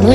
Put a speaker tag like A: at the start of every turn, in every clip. A: 多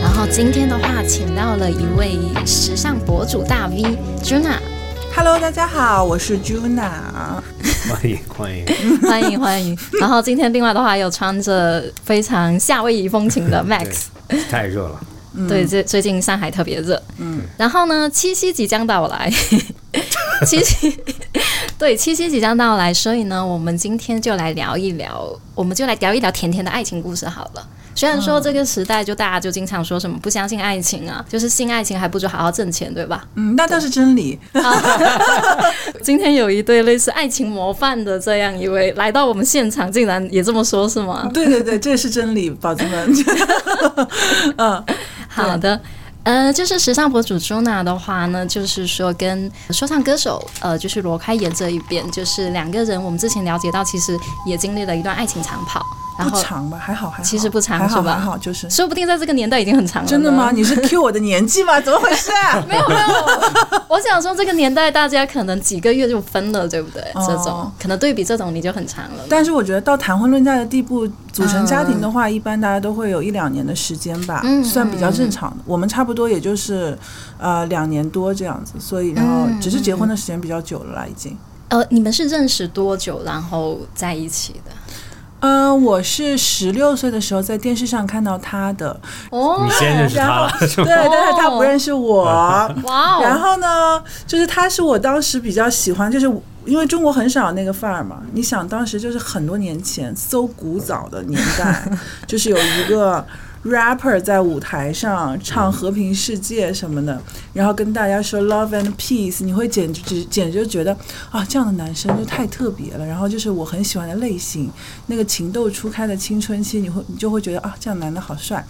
A: 然后今天的话，请到了一位时尚博主大 V Juna，
B: Hello，大家好，我是 Juna。
C: 欢迎哎欢迎，
A: 欢迎欢迎。然后今天另外的话，有穿着非常夏威夷风情的 Max。
C: 对太热了，
A: 对，最最近上海特别热，嗯，然后呢，七夕即将到来，七夕， 对，七夕即将到来，所以呢，我们今天就来聊一聊，我们就来聊一聊甜甜的爱情故事好了。虽然说这个时代就大家就经常说什么不相信爱情啊，就是信爱情还不如好好挣钱，对吧？
B: 嗯，那倒是真理。
A: 今天有一对类似爱情模范的这样一位来到我们现场，竟然也这么说，是吗？
B: 对对对，这是真理，宝子 们。 嗯，
A: 好的。呃，就是时尚博主 Jona 的话呢，就是说跟说唱歌手呃，就是罗开颜这一边，就是两个人，我们之前了解到，其实也经历了一段爱情长跑，然
B: 不
A: 后
B: 长吧，还好还好。
A: 其实不长
B: 还好
A: 是吧
B: 还好，就是
A: 说不定在这个年代已经很长了。
B: 真的 吗？？你是 Q 我的年纪吗？怎么回事、啊？
A: 没有 没有，我想说这个年代大家可能几个月就分了，对不对？
B: 哦
A: 这种可能对比这种你就很长了。
B: 但是我觉得到谈婚论嫁的地步，组成家庭的话，一般大家都会有一两年的时间吧，
A: 嗯
B: 算比较正常的。我们差不多也就是呃两年多这样子，所以然后
A: 嗯
B: 只是结婚的时间比较久了啦，已经。
A: 呃，你们是认识多久然后在一起的？
B: 嗯、我是十六岁的时候在电视上看到他的，
A: 哦
B: 嗯
C: 你，先认识他了是
B: 对，
C: 吗？
B: 但是他不认识我。
A: 哇哦，
B: 然后呢，就是他是我当时比较喜欢，就是因为中国很少那个范儿嘛。你想，当时就是很多年前，so 古早的年代， 就是有一个 rapper 在舞台上唱《和平世界》什么的，然后跟大家说 love and peace，你会简直简直就觉得啊，这样的男生就太特别了。然后就是我很喜欢的类型，那个情窦初开的青春期，你会你就会觉得啊，这样的男的好帅。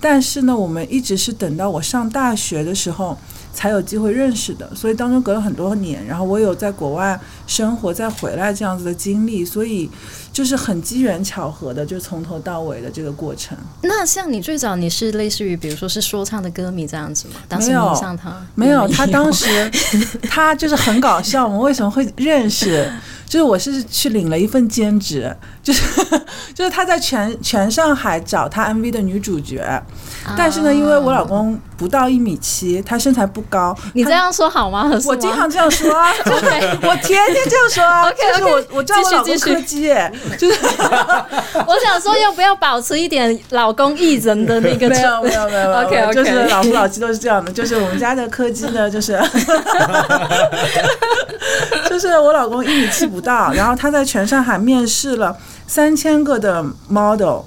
B: 但是呢，我们一直是等到我上大学的时候才有机会认识的，所以当中隔了很多年，然后我有在国外生活再回来这样子的经历，所以就是很机缘巧合的，就从头到尾的这个过程。
A: 那像你最早你是类似于比如说是说唱的歌迷这样子吗？当时
B: 没有
A: 迷上他
B: 没有，他当时他就是很搞笑，我们为什么会认识？就是我是去领了一份兼职，就是 就是他在全全上海找他 MV 的女主角，但是呢，因为我老公不到一米七，他身材不高，
A: 你
B: 他
A: 这样说好吗？
B: 我经常这样说 啊，就是我天天这样说啊，就
A: OK，OK，
B: 是我我知道我老
A: 继
B: 公
A: 续继续
B: 柯基哎耶，就是
A: 我想说，要不要保持一点老公艺人的那 个
B: 没有没有没有没有
A: OK，OK
B: 就是老夫老妻都是这样的，就是我们家的柯基呢，就是就是我老公一米七不到，然后他在全上海面试了三千个的 model。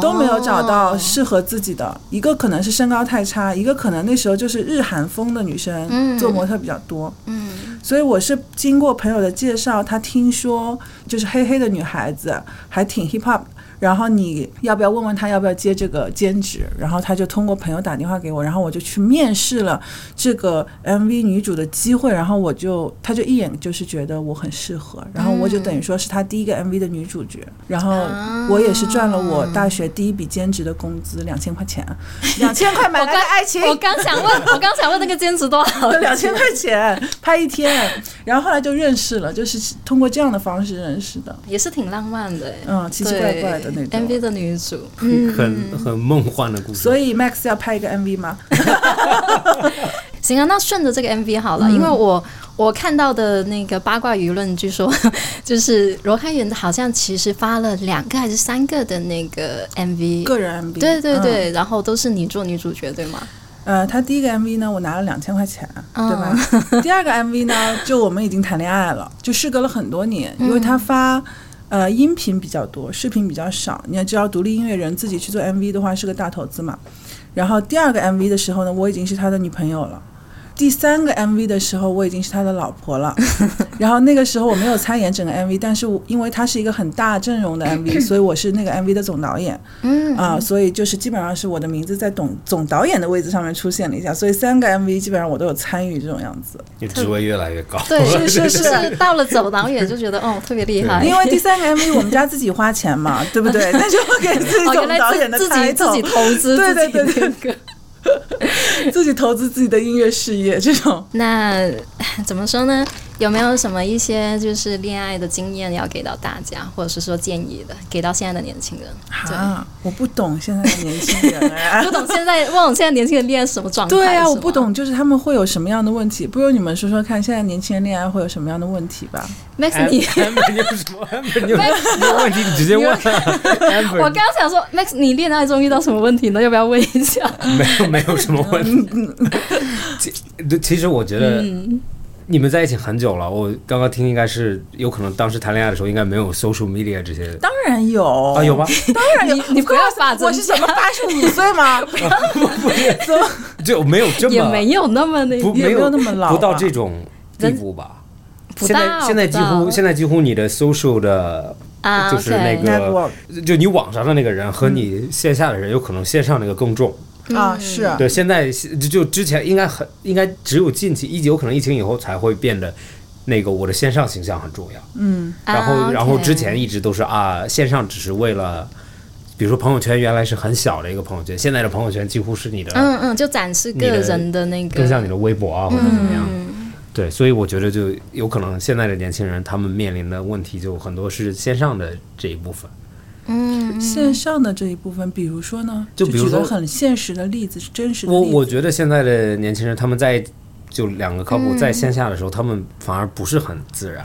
B: 都没有找
A: 哦
B: 到适合自己的，一个可能是身高太差，一个可能那时候就是日韩风的女
A: 嗯
B: 生做模特比较多，
A: 嗯，
B: 所以我是经过朋友的介绍，他听说就是黑黑的女孩子还挺 hip hop，然后你要不要问问他要不要接这个兼职？然后他就通过朋友打电话给我，然后我就去面试了这个 MV 女主的机会，然后我就他就一眼就是觉得我很适合，然后我
A: 嗯
B: 就等于说是他第一个 MV 的女主角，然后我也是赚了我大学第一笔兼职的工资两千块 钱，两千块买
A: 我
B: 来的
A: 刚
B: 爱情，
A: 我刚想问，我刚想问那个兼职多少？
B: 两千块钱拍一天，然后后来就认识了，就是通过这样的方式认识的，
A: 也是挺浪漫的欸，
B: 嗯，奇奇怪怪的那
A: 对
B: 种。
A: MV 的女主，
C: 很很梦幻的故事。
B: 所以 Max 要拍一个 MV 吗？
A: 行啊，那顺着这个 MV 好
B: 嗯
A: 了，因为我我看到的那个八卦舆论，据说 就是罗开元好像其实发了两个还是三个的那个 MV，
B: 个人 MV。
A: 对对
B: 嗯。
A: 对，然后都是你做女主角对 吗？
B: 呃，他第一个 MV 呢，我拿了两千块钱，
A: 嗯
B: 对吧？第二个 MV 呢，就我们已经谈恋爱了，就事隔了很多年，因为他发。呃，音频比较多，视频比较少。你要知道，独立音乐人自己去做 MV 的话是个大投资嘛。然后第二个 MV 的时候呢，我已经是他的女朋友了。第三个 MV 的时候，我已经是他的老婆了。然后那个时候我没有参演整个 MV，但是我因为它是一个很大阵容的 MV，所以我是那个 MV 的总导演。
A: 嗯
B: 啊，所以就是基本上是我的名字在总总导演的位置上面出现了一下，所以三个 MV 基本上我都有参与这种样子。
C: 你职位越来越高，
A: 对，
B: 是 是
A: 就是是到了走导演就觉得哦特别厉害，
B: 因为第三个 MV 我们家自己花钱嘛，对不 对？那就给自己
A: 哦
B: 总
A: 原
B: 导演的
A: 来自自己
B: title，
A: 自己投资
B: 对
A: 自己
B: 对对对
A: 那个。
B: 自己投资自己的音乐事业，这种
A: 那怎么说呢？有没有什么一些就是恋爱的经验要给到大家，或者是说建议的，给到现在的年轻人？
B: 啊，我不懂现在的年轻人哎
A: 不。懂现在，不懂现在年轻人恋爱是什么状态？
B: 对啊，
A: 是
B: 我
A: 吗
B: 不。懂，就是他们会有什么样的问题？不如你们说说看，现在年轻人恋爱会有什么样的问题吧？
A: Max，你
C: amber 你有什么 amber 你有什么问题你直接问 amber
A: 我刚想说，Max，你恋爱中遇到什么问题呢？要不要问一下？
C: 没有没有什么问题。其对其实我觉得你们在一起很久了，我刚刚听应该是有可能当时谈恋爱的时候应该没有 social media 这些
B: 当然有
C: 啊，有吗？
B: 当然有，
A: 哦你你不要把
B: 我是什么八十五岁吗？
C: 就没有这
A: 也
C: 么
A: 没有那么那
C: 不
B: 哎也没有
C: 有
B: 那么老
C: 不到
B: 吧
C: 这种地
A: 人
C: 步吧。
A: 不
C: 现在
A: 到
C: 现在
A: 不
C: 几
A: 到
C: 乎现在几乎你的 social 的
A: 啊
C: 就是
A: OK
C: 那个
B: Network
C: 就你网上的那个人和你线下的人，有可能线上那个更重。
B: 嗯啊，是
C: 对，现在就就之前应该很应该只有近期，一有可能疫情以后才会变得那个我的线上形象很重要。
B: 嗯，
C: 然
A: 啊
C: 后，
A: ，OK
C: 然后之前一直都是啊，线上只是为了，比如说朋友圈原来是很小的一个朋友圈，现在的朋友圈几乎是你的，
A: 嗯嗯，就展示
C: 你
A: 个
C: 的
A: 人的那个，
C: 更像你的微博啊或者怎么样。
A: 嗯
C: 对，所以我觉得就有可能现在的年轻人他们面临的问题就很多是线上的这一部分。
A: 嗯，
B: 线上的这一部分，比如说呢，
C: 就比如
B: 举个
C: 说
B: 很现实的例子，是真实的
C: 我
B: 例子
C: 我觉得现在的年轻人他们在就两个 couple
A: 嗯
C: 在线下的时候，他们反而不是很自然，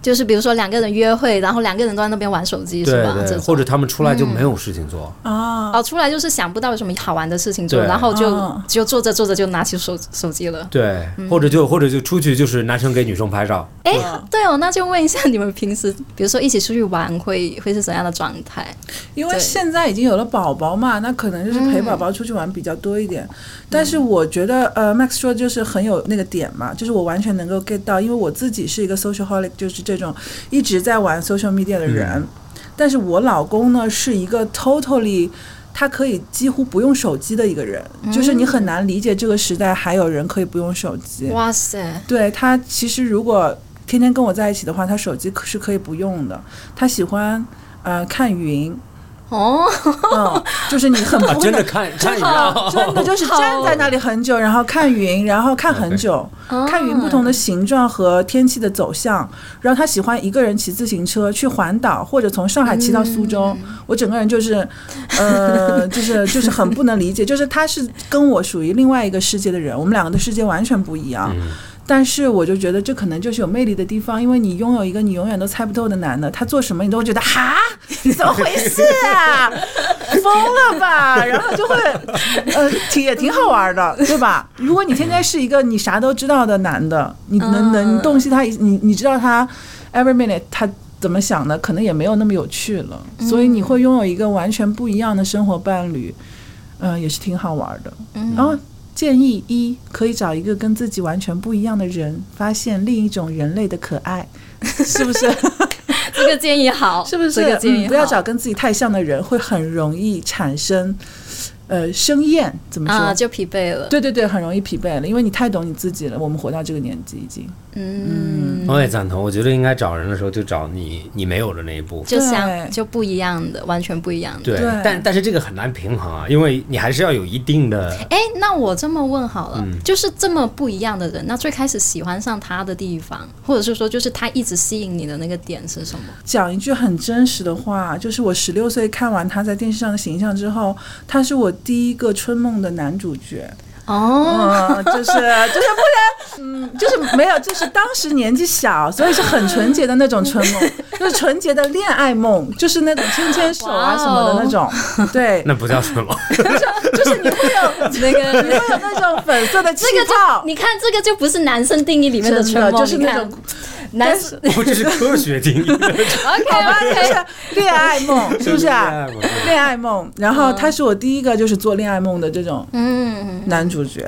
A: 就是比如说两个人约会，然后两个人都在那边玩手机，是
C: 对
A: 吧？这
C: 对，
A: 种
C: 或者他们出来就没有事情做。
B: 啊，
A: 哦，出来就是想不到有什么好玩的事情做，
C: 对嗯
A: 然后就、
B: 啊
A: 就做着做着就拿起手手机了。
C: 对，或者就或者就出去就是男生给女生拍照，
A: 哎，对哦，那就问一下你们平时，比如说一起出去玩会会是怎样的状态？
B: 因为
A: 对
B: 现在已经有了宝宝嘛，那可能就是陪宝宝出去玩比较多一点。但是我觉得，呃，Max 说就是很有那个点嘛，就是我完全能够 get 到，因为我自己是一个 social holic，就是这种一直在玩 social media 的人。
C: 嗯
B: 但是我老公呢，是一个 totally。他可以几乎不用手机的一个人，就是你很难理解这个时代还有人可以不用手机。
A: 哇塞，
B: 对他其实如果天天跟我在一起的话，他手机可是可以不用的。他喜欢呃看云，
A: 哦，
B: 嗯，就是你很不
C: 啊，
B: 会
C: 真的
B: 弄
C: 看看一下，
A: 好
B: 真的就是
A: 好
B: 站在那里很久，然后看云，然后看很久，
A: 哦
B: 看云不同的形状和天气的走向。然后他喜欢一个人骑自行车去环岛，或者从上海骑到苏州。我整个人就是，呃，就是就是很不能理解，就是他是跟我属于另外一个世界的人，我们两个的世界完全不一样。但是我就觉得这可能就是有魅力的地方，因为你拥有一个你永远都猜不透的男的，他做什么你都会觉得哈，怎么回事啊？疯了吧？然后就会，呃，挺也挺好玩的，对吧？如果你天天是一个你啥都知道的男的，你能能
A: 嗯
B: 洞悉他一，你你知道他 every minute 他怎么想的，可能也没有那么有趣了。
A: 嗯
B: 所以你会拥有一个完全不一样的生活伴侣，嗯、也是挺好玩的。
A: 嗯
B: 然后建议一，可以找一个跟自己完全不一样的人，发现另一种人类的可爱。 是不是？
A: 这个建议好，
B: 是不是？
A: 哦这个建议
B: 嗯
A: 好
B: 不要找跟自己太像的人，会很容易产生呃生厌，怎么说？
A: 啊，就疲惫了。
B: 对对对，很容易疲惫了，因为你太懂你自己了。我们活到这个年纪，已经
A: 嗯，
C: 我也赞同，我觉得应该找人的时候就找你你没有的那一部分。
A: 就像
B: 对
A: 就不一样的，完全不一样的。
C: 对
B: 对，
C: 但但是这个很难平衡啊，因为你还是要有一定的
A: 哎，那我这么问好了，
C: 嗯
A: 就是这么不一样的人，那最开始喜欢上他的地方，或者是说，就是他一直吸引你的那个点是什么？
B: 讲一句很真实的话，就是我十六岁看完他在电视上的形象之后，他是我第一个春梦的男主角。
A: 哦，
B: 嗯，就是就是不然，嗯，就是没有，就是当时年纪小，所以是很纯洁的那种春 梦，就是纯洁的恋爱梦，就是那种牵牵手啊什么的那种。对，
C: 那不叫什么，
B: 就是你会有
A: 那
B: 你
A: 个
B: 会有那种粉色的气
A: 这个
B: 泡
A: 就，你看这个就不是男生定义里面
B: 真
A: 春梦，
B: 就是
A: 你
B: 那
A: 看
B: 种
A: 男
B: 但是
C: 我这是科学定义的，
A: OK
B: 好吧，就
A: OK，
B: 是恋爱梦， 是不是啊？恋
A: 嗯
B: 爱梦，然后他是我第一个就是做恋爱梦的这种
A: 嗯，
B: 男主角，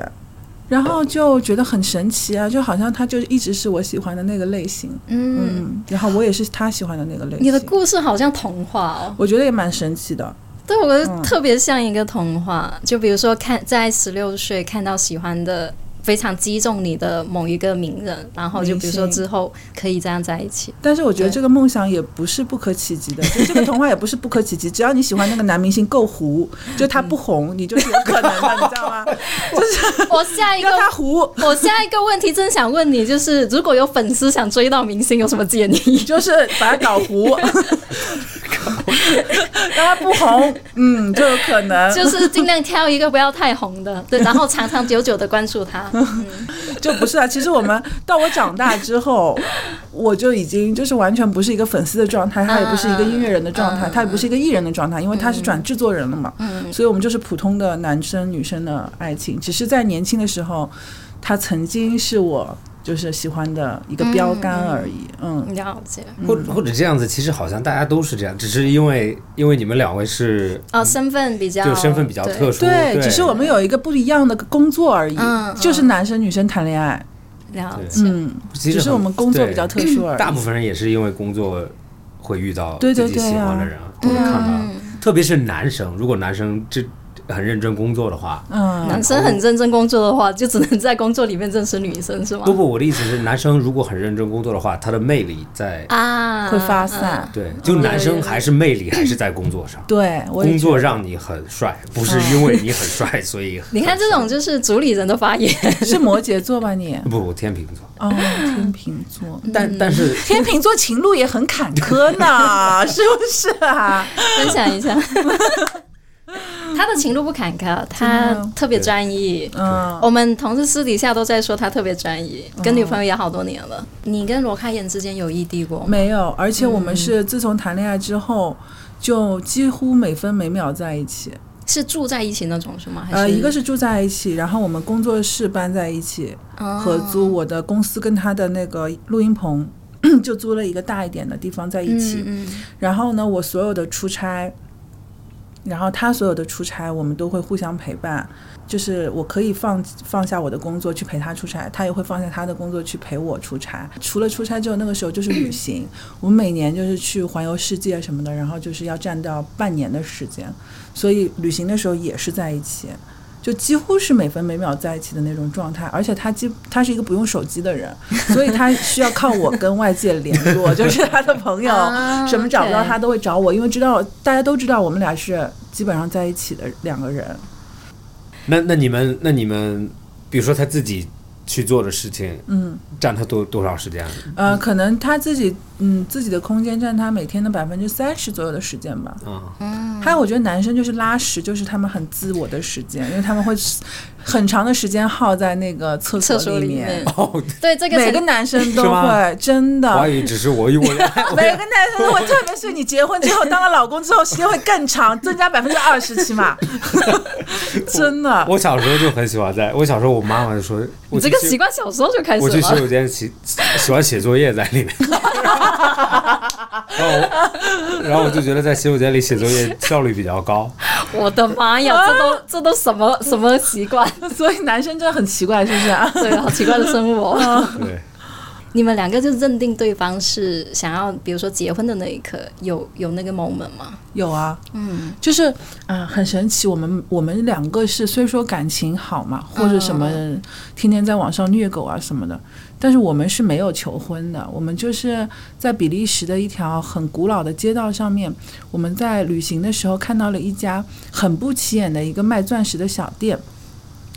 B: 然后就觉得很神奇啊，就好像他就一直是我喜欢的那个类型，
A: 嗯，
B: 嗯，然后我也是他喜欢的那个类型。
A: 你的故事好像童话哦。
B: 我觉得也蛮神奇的，
A: 对，我觉得特别像一个童话。就比如说看，在十六岁看到喜欢的，非常击中你的某一个名人，然后就比如说
B: 明星
A: 之后可以这样在 一起。
B: 但是我觉得
A: 对
B: 这个梦想也不是不可企及的，就这个童话也不是不可企 及。只要你喜欢那个男明星够糊，就他不红，你就是有可能 的，你知道吗？
A: 我下一个
B: 要，他糊，
A: 我下一个问题真想问你，就是如果有粉丝想追到明星，有什么建
B: 你
A: 议？
B: 就是把他搞糊， 让他不红，嗯，就有可能，
A: 就是尽量挑一个不要太红的，对，然后长长久久的关注他。
B: 就不 是啊。其实我们到我长大之后，我就已经就是完全不是一个粉丝的状态，他也不是一个音乐人的状态，他也不是一个艺人的状态，因为他是转制作人了嘛。所以我们就是普通的男生女生的爱情，只是在年轻的时候，他曾经是我就是喜欢的一个标杆而已。嗯，
A: 了解
C: 或或者这样子，其实好像大家都是这样，只是因为因为你们两位是
A: 哦，身份比较
C: 就身份比较
A: 对
C: 特殊，
B: 对，
C: 对，
B: 只是我们有一个不一样的工作而已
A: 嗯，
B: 就是男生女生谈恋爱。
A: 了解。
B: 嗯，
C: 其实
B: 只是嗯我
C: 很
B: 们工作比较特殊而已。
C: 大部分人也是因为工作会遇到
B: 对
C: 自
B: 对
C: 己
B: 对
C: 喜欢
B: 啊
C: 的人，或者看到，特别是男生，如果男生这很认真工作的话，
B: 嗯，
A: 男生很认真工作的话，就只能在工作里面认识女生，是吗
C: 不？不，我的意思是，男生如果很认真工作的话，他的魅力在
A: 啊，
B: 会发散。
C: 对，就男生还是魅力还是在工作上，
B: 对，我也觉
C: 工作让你很帅，不是因为你很帅，所 以很
A: 你看这种就是主理人的发言，
B: 得是摩羯座吧你？
C: 不不天秤座，
B: 哦，天秤座，
A: 嗯
C: 但但是
B: 天秤座情路也很坎坷 呢，是不是啊？
A: 分 享一下。他的情路不坎坷，他特别专一。
B: 嗯，
A: 我们同事私底下都在说他特别专一，跟女朋友也好多年了。你跟罗开颜之间有异地过吗？
B: 没有，而且我们是自从谈恋爱之后。就几乎每分每秒在一起，
A: 是住在一起那种是吗？还是
B: 呃，一个是住在一起，然后我们工作室搬在一起，
A: 哦
B: 合租。我的公司跟他的那个录音棚 就租了一个大一点的地方在一起，
A: 嗯嗯
B: 然后呢，我所有的出差，然后他所有的出差，我们都会互相陪伴。就是我可以放放下我的工作去陪他出差，他也会放下他的工作去陪我出差。除了出差之后，那个时候就是旅行， 我们每年就是去环游世界什么的，然后就是要占到半年的时间，所以旅行的时候也是在一起，就几乎是每分每秒在一起的那种状态。而且他基他是一个不用手机的人，所以他需要靠我跟外界联 络，就是他的朋友
A: 啊
B: 什么找不到
A: OK
B: 他都会找我，因为知道大家都知道我们俩是基本上在一起的两个人。
C: 那那你们那你们，比如说他自己去做的事情，
B: 嗯，
C: 占他多多少时 间？啊
B: 呃，可能他自己嗯自己的空间占他每天的百分之三十左右的时间吧。
C: 啊，
A: 嗯
B: 还有，我觉得男生就是拉屎，就是他们很自我的时间，因为他们会很长的时间耗在那个厕
A: 厕所
B: 里
A: 里面。
C: 哦，
A: 对这个
B: 每
A: 曾
B: 个男生都
C: 是吗
B: 会，真的
C: 我。还以为只是我以 为
B: 每个男生都会，特别是你结婚之后，当了老公之后，时间会更长，增加百分之二十起 码。真的，
C: 我小时候就很喜欢在，我小时候我妈妈就说，我
A: 你这
C: 去
A: 个
C: 洗
A: 习惯小时候就开始
C: 我去洗
A: 了。
C: 手间写喜欢写作业在里面，然后我然后我就觉得在洗手间里写作业效率比较高，
A: 我的妈呀，这
B: 啊
A: 都这都什么什么习惯？
B: 所以男生真的很奇怪，是不是、啊？
A: 对，好奇怪的生物 哦。
C: 对，
A: 你们两个就认定对方是想要，比如说结婚的那一刻，有有那个 moment 吗？
B: 有啊，嗯，就是啊、很神奇。我们我们两个是虽说感情好嘛，或者什么天天在网上虐狗啊什么的，但是我们是没有求婚的。我们就是在比利时的一条很古老的街道上面，我们在旅行的时候看到了一家很不起眼的一个卖钻石的小店。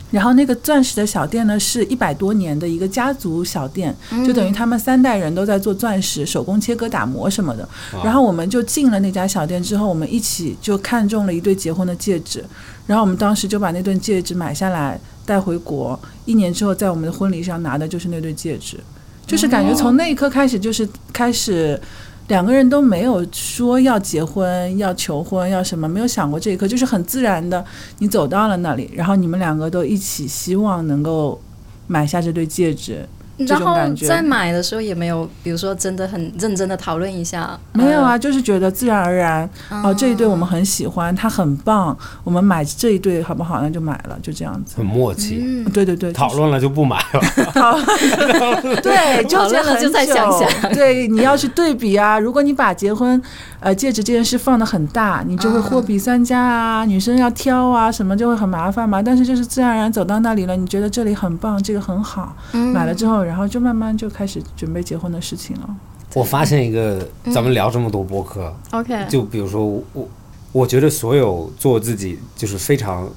B: 然后那个钻石的小店呢，是一百多年的一个家族小店，
A: 嗯
B: 就等于他们三代人都在做钻石，手工切割、打磨什么的。
C: 啊
B: 然后我们就进了那家小店之后，我们一起就看中了一对结婚的戒指，然后我们当时就把那对戒指买下来带回国，一年之后在我们的婚礼上拿的就是那对戒指，就是感觉从那一刻开始就是开始。两个人都没有说要结婚、要求婚、要什么，没有想过这一刻，就是很自然的，你走到了那里，然后你们两个都一起希望能够买下这对戒指，这
A: 然
B: 种
A: 后
B: 感觉。
A: 在买的时候也没有，比如说真的很认真的讨论一下，
B: 没有啊，就是觉得自然而然，
A: 嗯
B: 哦、这一对我们很喜欢，它很棒，我们买这一对好不好？那就买了，就这样子。
C: 很默契，
A: 嗯，
B: 对对对，
C: 讨论了就不买 了。
B: 对，纠
A: 讨
B: 结
A: 论了
B: 很久。
A: 就再想想
B: 对，你要去对比啊。如果你把结婚，呃，戒指这件事放得很大，你就
A: 嗯
B: 会货比三家啊，女生要挑啊，什么就会很麻烦嘛。但是就是自然而然走到那里了，你觉得这里很棒，这个很好，
A: 嗯
B: 买了之后，然后就慢慢就开始准备结婚的事情了。
C: 我发现一个，
A: 嗯
C: 咱们聊这么多播客，
A: OK，
C: 就比如说我，我觉得所有做自己就是非常，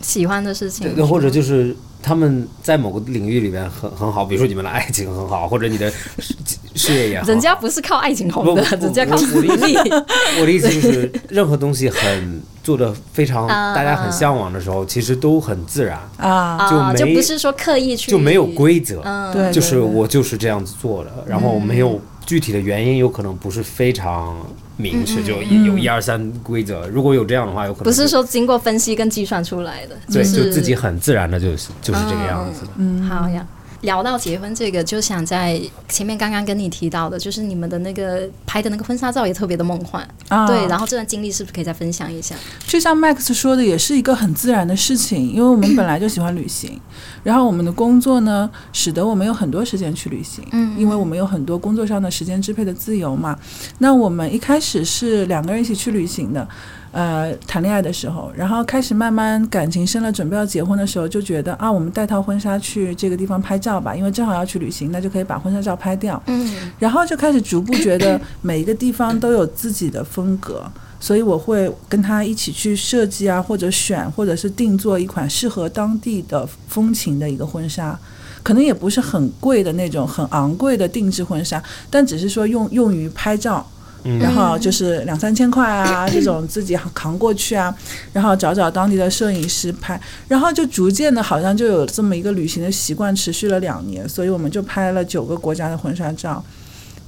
A: 喜欢的事情，
C: 对或者就是他们在某个领域里面很很好，比如说你们的爱情很好，或者你的事 事业也好。
A: 人家不是靠爱情红的，
C: 不不
A: 人家靠
C: 我
A: 努
C: 我
A: 力。
C: 我的意思就是，任何东西很做的非常，
A: 啊
C: 大家很向往的时候，其实都很自然，
B: 啊，
C: 就
A: 啊，
C: 没
A: 就不是说刻意去
C: 就没有规则。
A: 嗯，
B: 对，
C: 就是
B: 对
C: 我就是这样子做的，然后没有具体的原因，有可能不是非常明确，就一有一二三规则。如果有这样的话，有可能
A: 嗯不是
C: 就
A: 说经过分析跟计算出来的，
C: 对，
A: 是
C: 就自己很自然的就是就是这个样子的。
A: 好呀。聊到结婚这个，就想在前面刚刚跟你提到的，就是你们的那个拍的那个婚纱照也特别的梦幻，
B: 啊，
A: 对。然后这段经历是不是可以再分享一下？
B: 就像 Max 说的，也是一个很自然的事情，因为我们本来就喜欢旅行，然后我们的工作呢，使得我们有很多时间去旅行，
A: 嗯
B: 因为我们有很多工作上的时间支配的自由嘛。那我们一开始是两个人一起去旅行的，呃，谈恋爱的时候，然后开始慢慢感情深了，准备要结婚的时候，就觉得啊，我们带套婚纱去这个地方拍照吧，因为正好要去旅行，那就可以把婚纱照拍掉。
A: 嗯
B: 然后就开始逐步觉得每一个地方都有自己的风格，所以我会跟他一起去设计啊，或者选，或者是定做一款适合当地的风情的一个婚纱。可能也不是很贵的那种，很昂贵的定制婚纱，但只是说用用于拍照，
C: 嗯
B: 然后就是两三千块啊，这种自己扛过去啊，然后找找当地的摄影师拍，然后就逐渐的，好像就有这么一个旅行的习惯，持续了两年，所以我们就拍了九个国家的婚纱照，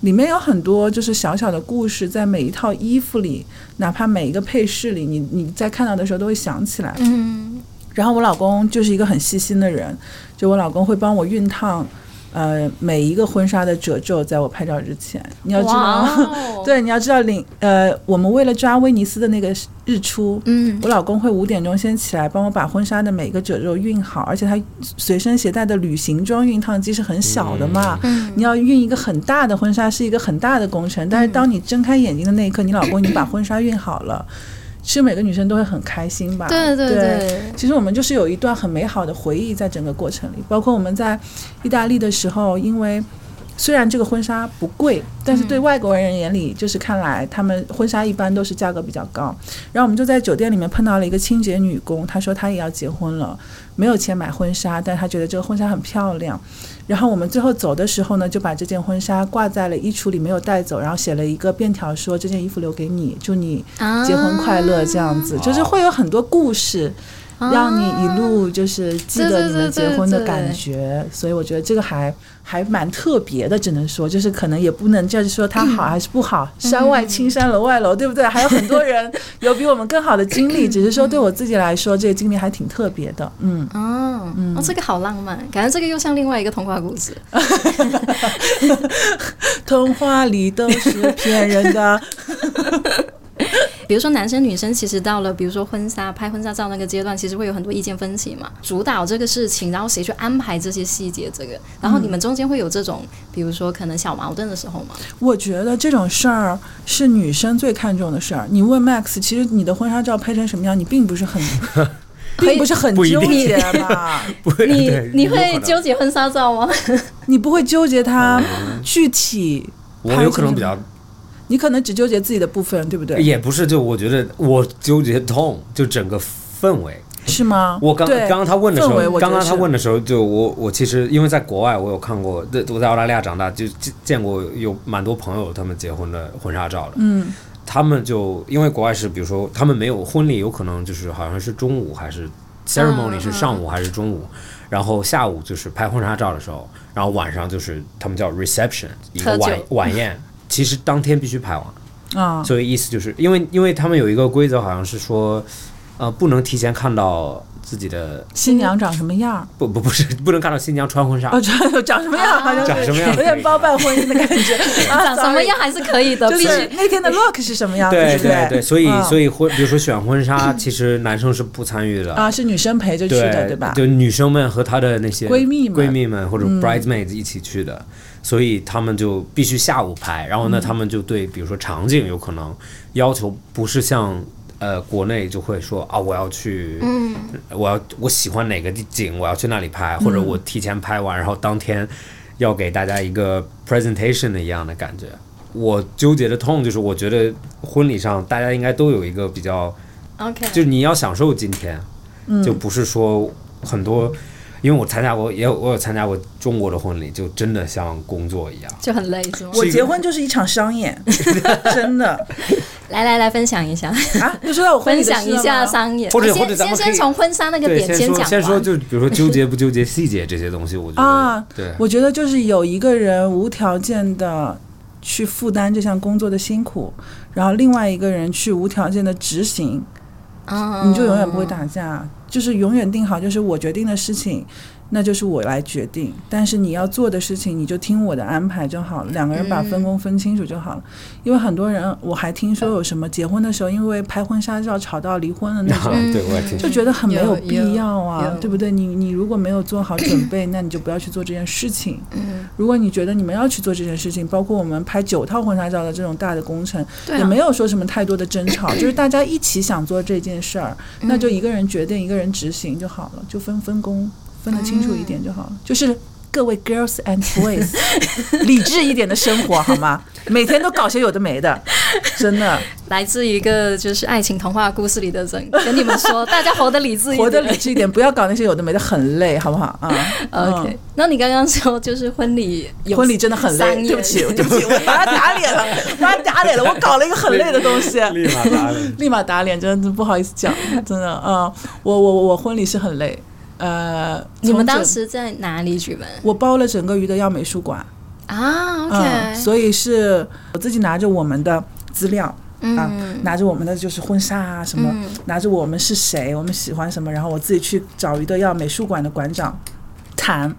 B: 里面有很多就是小小的故事，在每一套衣服里，哪怕每一个配饰里，你你在看到的时候都会想起来。
A: 嗯，
B: 然后我老公就是一个很细心的人，就我老公会帮我熨烫，呃，每一个婚纱的褶皱，在我拍照之前，你要知
A: 哇
B: 道，，
A: 哦
B: 对，你要知道领，呃，我们为了抓威尼斯的那个日出，
A: 嗯
B: 我老公会五点钟先起来帮我把婚纱的每个褶皱熨好，而且他随身携带的旅行装熨烫机是很小的嘛。
A: 嗯
B: 你要熨一个很大的婚纱是一个很大的工程，
A: 嗯
B: 但是当你睁开眼睛的那一刻，你老公已经把婚纱熨好了，其实每个女生都会很开心吧？
A: 对对对，
B: 其实我们就是有一段很美好的回忆在整个过程里，包括我们在意大利的时候，因为虽然这个婚纱不贵，但是对外国人眼里就是看来他们婚纱一般都是价格比较高。然后我们就在酒店里面碰到了一个清洁女工，她说她也要结婚了，没有钱买婚纱，但她觉得这个婚纱很漂亮。然后我们最后走的时候呢，就把这件婚纱挂在了衣橱里，没有带走，然后写了一个便条说这件衣服留给你，祝你
A: 啊
B: 结婚快乐这样子，就是会有很多故事，让你一路就是记得你们结婚的感觉。所以我觉得这个还还蛮特别的，只能说就是可能也不能就是说它好还是不好，山外青山楼外楼，对不对？还有很多人有比我们更好的经历，只是说对我自己来说，这个经历还挺特别的。嗯，
A: 哦，哦，这个好浪漫，感觉这个又像另外一个童话故事。
B: 童话里都是骗人的。
A: 比如说男生女生，其实到了比如说婚纱拍婚纱照那个阶段，其实会有很多意见分歧嘛。主导这个事情，然后谁去安排这些细节，这个，然后你们中间会有这种，比如说可能小矛盾的时候嘛。
B: 我觉得这种事儿是女生最看重的事儿。你问 Max，其实你的婚纱照拍成什么样，你并不是 很，并不是很
C: 不一
B: 纠
C: 定
B: 结 吧？
C: 不会
A: 你
C: 对
A: 嗯你
C: 有可
A: 会
C: 能
A: 纠结婚纱照 吗？
B: 你不会纠结它
C: 嗯
B: 具体，
C: 我有可能比较，
B: 你可能只纠结自己的部分，对不对？
C: 也不是，就我觉得我纠结痛，就整个氛围。
B: 是吗？
C: 我刚
B: 对
C: 刚刚他问的时
B: 氛围
C: 候，
B: 我觉
C: 刚
B: 得
C: 刚他
B: 是
C: 问的时候，就我我其实因为在国外，我有看过，对我在澳大利亚长大，就见见过有蛮多朋友他们结婚的婚纱照的。
B: 嗯
C: 他们就因为国外是，比如说他们没有婚礼，有可能就是好像是中午还是 ceremony
B: 嗯
C: 是上午还是中午，然后下午就是拍婚纱照的时候，然后晚上就是他们叫 reception 一个
A: 喝酒
C: 晚晚宴，其实当天必须拍完，
B: 啊
C: 所以意思就是因为因为他们有一个规则，好像是说。呃，不能提前看到自己的
B: 新娘长什么样儿？
C: 不不不是不能看到新娘穿婚纱
B: 哦，，长 长什么样儿？好像
C: 啊长
B: 是
C: 什么样儿
B: 有点包办婚姻的感觉。啊
A: 长什么样还是可以 的，
B: 就
A: 必
B: 是
A: 须
B: 那天的 look 是什么样子？
C: 对
B: 对不
C: 对，所以
B: 嗯
C: 所以婚，比如说选婚纱，其实男生是不参与的
B: 啊，是女生陪着去
C: 对
B: 的，对吧？
C: 就女生们和她的那些
B: 闺蜜们嗯
C: 闺蜜们或者 bridesmaids 一起去的，所以他们就必须下午拍。然后
B: 嗯
C: 呢，他们就对比如说场景有可能要求不是像呃国内就会说啊我要去，嗯，我要我喜欢哪个景，我要去那里拍，或者
B: 嗯
C: 我提前拍完，然后当天要给大家一个 presentation 的一样的感觉。我纠结的痛就是，我觉得婚礼上大家应该都有一个比较
A: OK。
C: 就是你要享受今天，
B: 嗯
C: 就不是说很多，因为我参加过，也有我有参加过中国的婚礼，就真的像工作一样。
A: 就很累是吗？
B: 我结婚就是一场商演， 真的
A: 来来来，分享一下，
B: 啊！就说到我婚
A: 分
B: 礼的
A: 享
B: 事
A: 一
B: 了
A: 下
B: 吗
A: 商演。
C: 或者
A: 我
C: 或者
A: 先
C: 咱们
A: 先
C: 可
A: 先
C: 以
A: 从婚纱那个
C: 对，
A: 点
C: 先
A: 讲
C: 说
A: 完。
C: 先说，就比如说纠结不纠结细节这些东西，我觉 得、
B: 啊
C: 对，
B: 我觉得就是有一个人无条件的去负担这项工作的辛苦，然后另外一个人去无条件的执行，
A: 嗯
B: 你就永远不会打架，就是永远定好，就是我决定的事情，那就是我来决定。但是你要做的事情，你就听我的安排就好了。两个人把分工分清楚就好了。
A: 嗯
B: 因为很多人，我还听说有什么结婚的时候，因为拍婚纱照吵到离婚的那 种。
C: 对我也 挺
B: 就觉得很没有
A: 有
B: 必要啊
A: 有，
B: 对不对？你你如果没有做好准备， 那你就不要去做这件事情。
A: 嗯
B: 如果你觉得你们要去做这件事情，包括我们拍九套婚纱照的这种大的工程，
A: 对啊
B: 也没有说什么太多的争吵，就是大家一起想做这件事儿，
A: 嗯
B: 那就一个人决定，一个人执行就好了，就分分工分得清楚一点就好了，
A: 嗯
B: 就是。各位 girls and boys，理 智一点的生活好吗？每天都搞些有的没的，真 的
A: 来自一个就是爱情童话故事里的人，跟你们说，大家活得理智一点，
B: 活得理智一点，不要搞那些有的没的，很累，好不好啊
A: 嗯 OK，、那你刚刚说就是婚礼有
B: 婚礼真的很
A: 商
B: 累，
A: 业
B: 对不 起，对不起，我把他打脸了，把他打脸了，我搞了一个很累的东西，
C: 立马打脸。
B: 立马打脸，真的不好意思讲，真的，嗯，我我我我婚礼是很累，呃，
A: 你
B: 从
A: 们
B: 整
A: 当时在哪里举办
B: 我包了整个余德耀美术馆，
A: 啊？OK，、
B: 嗯，所以是我自己拿着我们的资料。
A: 嗯
B: 啊，拿着我们的就是婚纱啊，什么，拿着我们是谁，我们喜欢什么，然后我自己去找余德耀美术馆的馆长谈，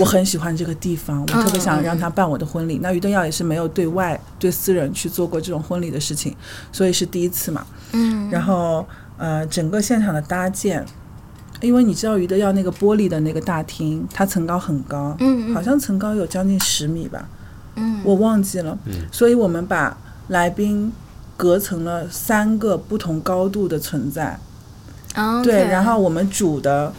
B: 我很喜欢这个地方，我特别想让他办我的婚礼。那余德耀也是没有对外对私人去做过这种婚礼的事情，所以是第一次嘛。嗯，然后呃，整个现场的搭建，因为你知道余德耀那个玻璃的那个大厅，它层高很高，嗯好像层高有将近十米吧，嗯，我忘记了，嗯，所以我们把来宾隔成了三个不同高度的存在，
A: o k
B: 对，然后我们主的。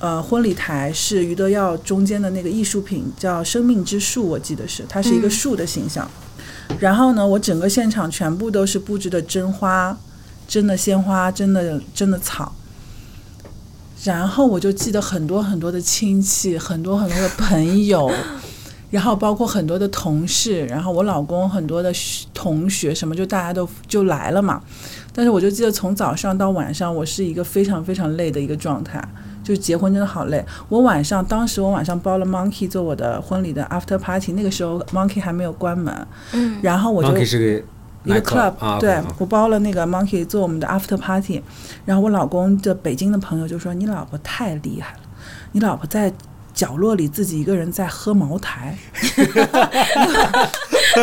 B: 呃，婚礼台是余德耀中间的那个艺术品，叫生命之树，我记得是，它是一个树的形象。然后呢，我整个现场全部都是布置的真花、真的鲜花、真的真的草。然后我就记得很多很多的亲戚，很多很多的朋友，然后包括很多的同事，然后我老公很多的学同学，什么就大家都就来了嘛。但是我就记得从早上到晚上，我是一个非常非常累的一个状态。就是结婚真的好累。我晚上当时我晚上包了 Monkey 做我的婚礼的 after party，那个时候 Monkey 还没有关门，嗯，然后我就
C: Monkey 是
B: 一
C: 个
B: 个
C: nightclub，
B: club，
C: 啊，
B: 对
C: OK，OK
B: 我包了那个 Monkey 做我们的 after party，然后我老公的北京的朋友就说：“你老婆太厉害了，你老婆在角落里自己一个人在喝茅台，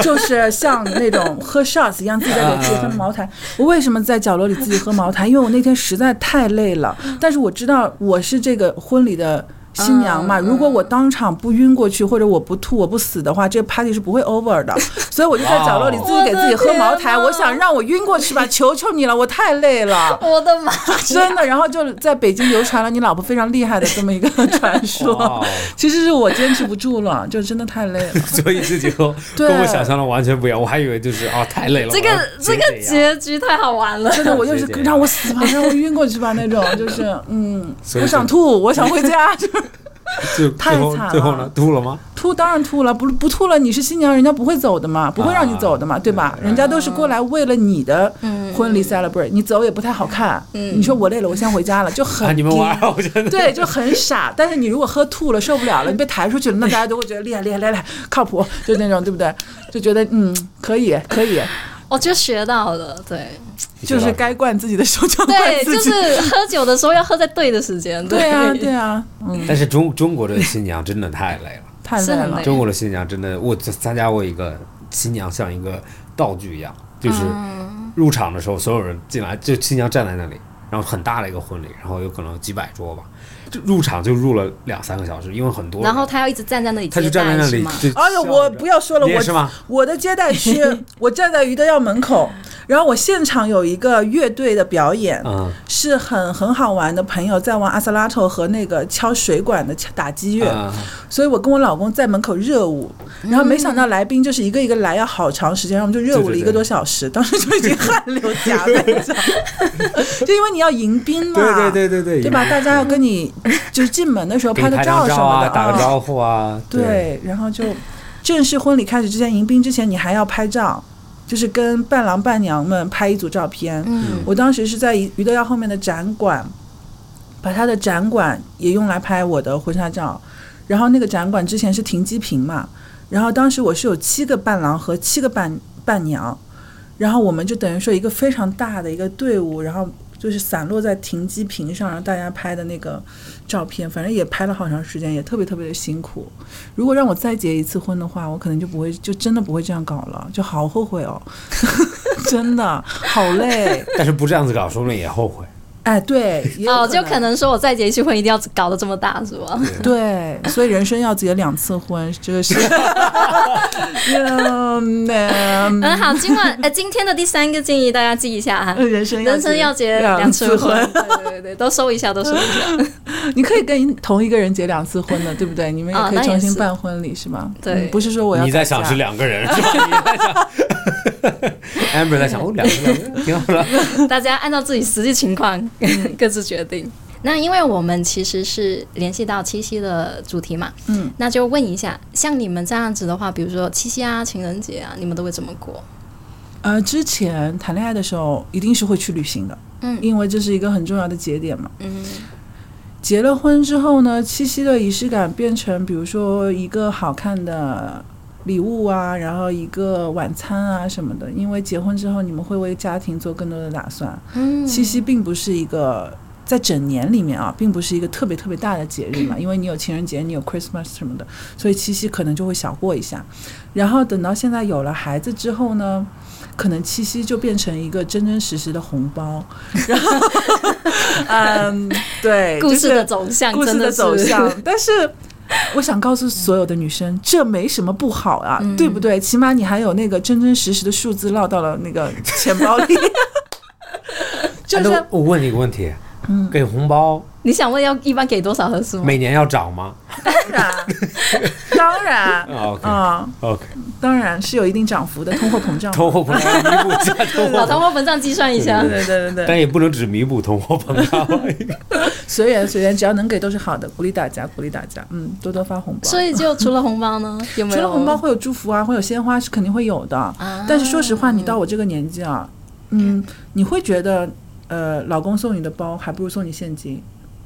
B: 就是像那种喝 shots 一样自己在给自己喝茅台。我为什么在角落里自己喝茅台？因为我那天实在太累了，但是我知道我是这个婚礼的。”新娘
C: 嗯
B: 嘛，如果我当场不晕过去，或者我不吐我不死的话，这个 party 是不会 over 的。所以我就在角落里
C: 哇哦
B: 自己给自己喝茅台，我
A: 我的天哪
B: 想让我晕过去吧，求求你了，我太累 了。
A: 我的妈
B: 真
A: 呀！
B: 的，然后就在北京流传了你老婆非常厉害的这么一个 传
C: 哇
B: 说
C: 哦，
B: 其实是我坚持不住了，就真的太累了。
C: 所以这结果
B: 对
C: 跟我想象的完全不一样，我还以为就是哦太累了。
A: 这
C: 我要
A: 个这
C: 直
A: 个
C: 接样
A: 结局太好玩了，
B: 真的，我就是
C: 谢谢
B: 让我死吧，让我晕过去吧那种，就是 嗯，
C: 所以
B: 我
C: 就
B: 想吐，我想回家。 就是
C: 就
B: 太
C: 最后
B: 惨
C: 最后
B: 了
C: 呢吐了吗？
B: 吐当然吐了，不不吐了，你是新娘，人家不会走的嘛，不会
C: 啊
B: 让你走的嘛，对吧？人家都是
C: 嗯
B: 过来为了你的婚礼 celebrate，你走也不太好看。你说我累了，我先回家了，就很
C: 嗯啊，你们
B: 低
C: 玩儿，我真的
B: 对，就很傻。但是你如果喝吐了、受不了了，你被抬出去了，那大家都会觉得厉害、厉害、厉害，靠谱，就那种，对不对？就觉得嗯，可以，可以。
A: 我哦就学到了，对
B: 就是该灌自己的手就灌
A: 对，
B: 自
A: 就
B: 己。
A: 是喝酒的时候要喝在对的时间，
B: 对啊，对啊，嗯，
C: 但是中中国的新娘真的太累了，
B: 太
A: 是
B: 累
A: 很
B: 了
A: 累。
C: 中国的新娘真的，我参加过一个新娘像一个道具一样，就是
A: 嗯
C: 入场的时候所有人进来，就新娘站在那里，然后很大的一个婚礼，然后有可能几百桌吧，就入场就入了两三个小时，因为很多人，
A: 然后他要一直站在那里
C: 他就
A: 接
C: 站在
A: 待
C: 那
A: 是
C: 里
A: 吗？，
C: 就
B: 哎呦，我不要说了，
C: 你也
B: 我
C: 是吗
B: 我的接待 区，我站在于德耀门口，然后我现场有一个乐队的表演，
C: 嗯
B: 是很很好玩的。朋友在玩阿萨拉托和那个敲水管的敲打击乐，
C: 嗯
B: 所以我跟我老公在门口热舞，然后没想到来宾就是一个一个来，要好长时间，然后我们就热舞
C: 对
B: 了
C: 对
B: 一个多小 时，当时就已经汗流浃背，你知道吗就因为你要迎宾嘛，
C: 对对对对对，
B: 对吧？大家要跟你就是进门的时候
C: 给你
B: 拍个
C: 拍
B: 照
C: 张
B: 什
C: 照
B: 么
C: 啊，
B: 的，
C: 打个
B: 啊
C: 招呼啊，
B: 对，然后就正式婚礼开始之前，迎宾之前，你还要拍照，就是跟伴郎伴娘们拍一组照片。
A: 嗯，
B: 我当时是在于德耀后面的展馆，把他的展馆也用来拍我的婚纱照。然后那个展馆之前是停机坪嘛，然后当时我是有七个伴郎和七个伴伴娘，然后我们就等于说一个非常大的一个队伍，然后就是散落在停机坪上，然后大家拍的那个照片，反正也拍了好长时间，也特别特别的辛苦。如果让我再结一次婚的话，我可能就不会，就真的不会这样搞了，就好后悔哦， 真的好累。
C: 但是不这样子搞，说不定也后悔。
B: 哎，对，也
C: 嗯
B: 有
A: 哦，就可能说我再结一次婚一定要搞得这么大是吧？
B: 嗯对，所以人生要结两次婚，这 个是。嗯，嗯
A: 嗯，好，今晚呃今天的第三个建议大家记一下啊，
B: 人生嗯要
A: 人生要结
B: 两
A: 两次
B: 次
A: 婚，对对对，都收一下，都收一下。
B: 你可以跟同一个人结两次婚的，对不对？你们也
A: 哦
B: 可以
A: 那也
B: 重新
A: 是
B: 办婚礼，是吗？
A: 对
B: 嗯不是说我要
C: 你在
B: 改
C: 想
B: 嫁
C: 是两个人是吧？你在想 ，Amber 在想，哦，两个两个人挺好的。
A: 大家按照自己实际情况
B: 嗯
A: 各自决定。那因为我们其实是联系到七夕的主题嘛，
B: 嗯，
A: 那就问一下，像你们这样子的话，比如说七夕啊、情人节啊，你们都会怎么过？
B: 呃，之前谈恋爱的时候一定是会去旅行的，
A: 嗯
B: 因为这是一个很重要的节点嘛。
A: 嗯
B: 结了婚之后呢，七夕的仪式感变成，比如说一个好看的礼物啊，然后一个晚餐啊什么的。因为结婚之后，你们会为家庭做更多的打算。
A: 嗯
B: 七夕并不是一个在整年里面啊，并不是一个特别特别大的节日嘛，因为你有情人节，你有 Christmas 什么的，所以七夕可能就会小过一下。然后等到现在有了孩子之后呢，可能七夕就变成一个真真实实的红包。然后， 嗯，对，
A: 故事的
B: 就是
A: 走向，
B: 故事
A: 真
B: 的
A: 是
B: 走向， 但是。我想告诉所有的女生，这没什么不好啊，
A: 嗯
B: 对不对？起码你还有那个真真实实的数字落到了那 个钱包里，就
C: 哎
B: 是
C: 那我问你一个问题，
A: 嗯
C: 给红包
A: 你想问要一般给多少合适吗？
C: 每年要涨吗
B: 当然，当然，
C: 啊？OK
A: 嗯
B: 啊、
C: OK，
B: 当然是有一定涨幅的，通货膨胀。
C: 通货膨胀弥补一下通
A: 老
C: 货，
A: 通货膨胀计算一下
B: 对，对对对对，
C: 但也不能只弥补通货膨 胀。
B: 随缘随啊缘，只要能给都是好的，鼓励大家，鼓励大家，嗯，多多发红包。
A: 所以就除了红包呢，有没
B: 除
A: 有
B: 了红包会有祝福啊，会有鲜花是肯定会有的。
A: 啊
B: 但是说实话，你到我这个年纪啊，嗯，你会觉得，呃，老公送你的包还不如送你现金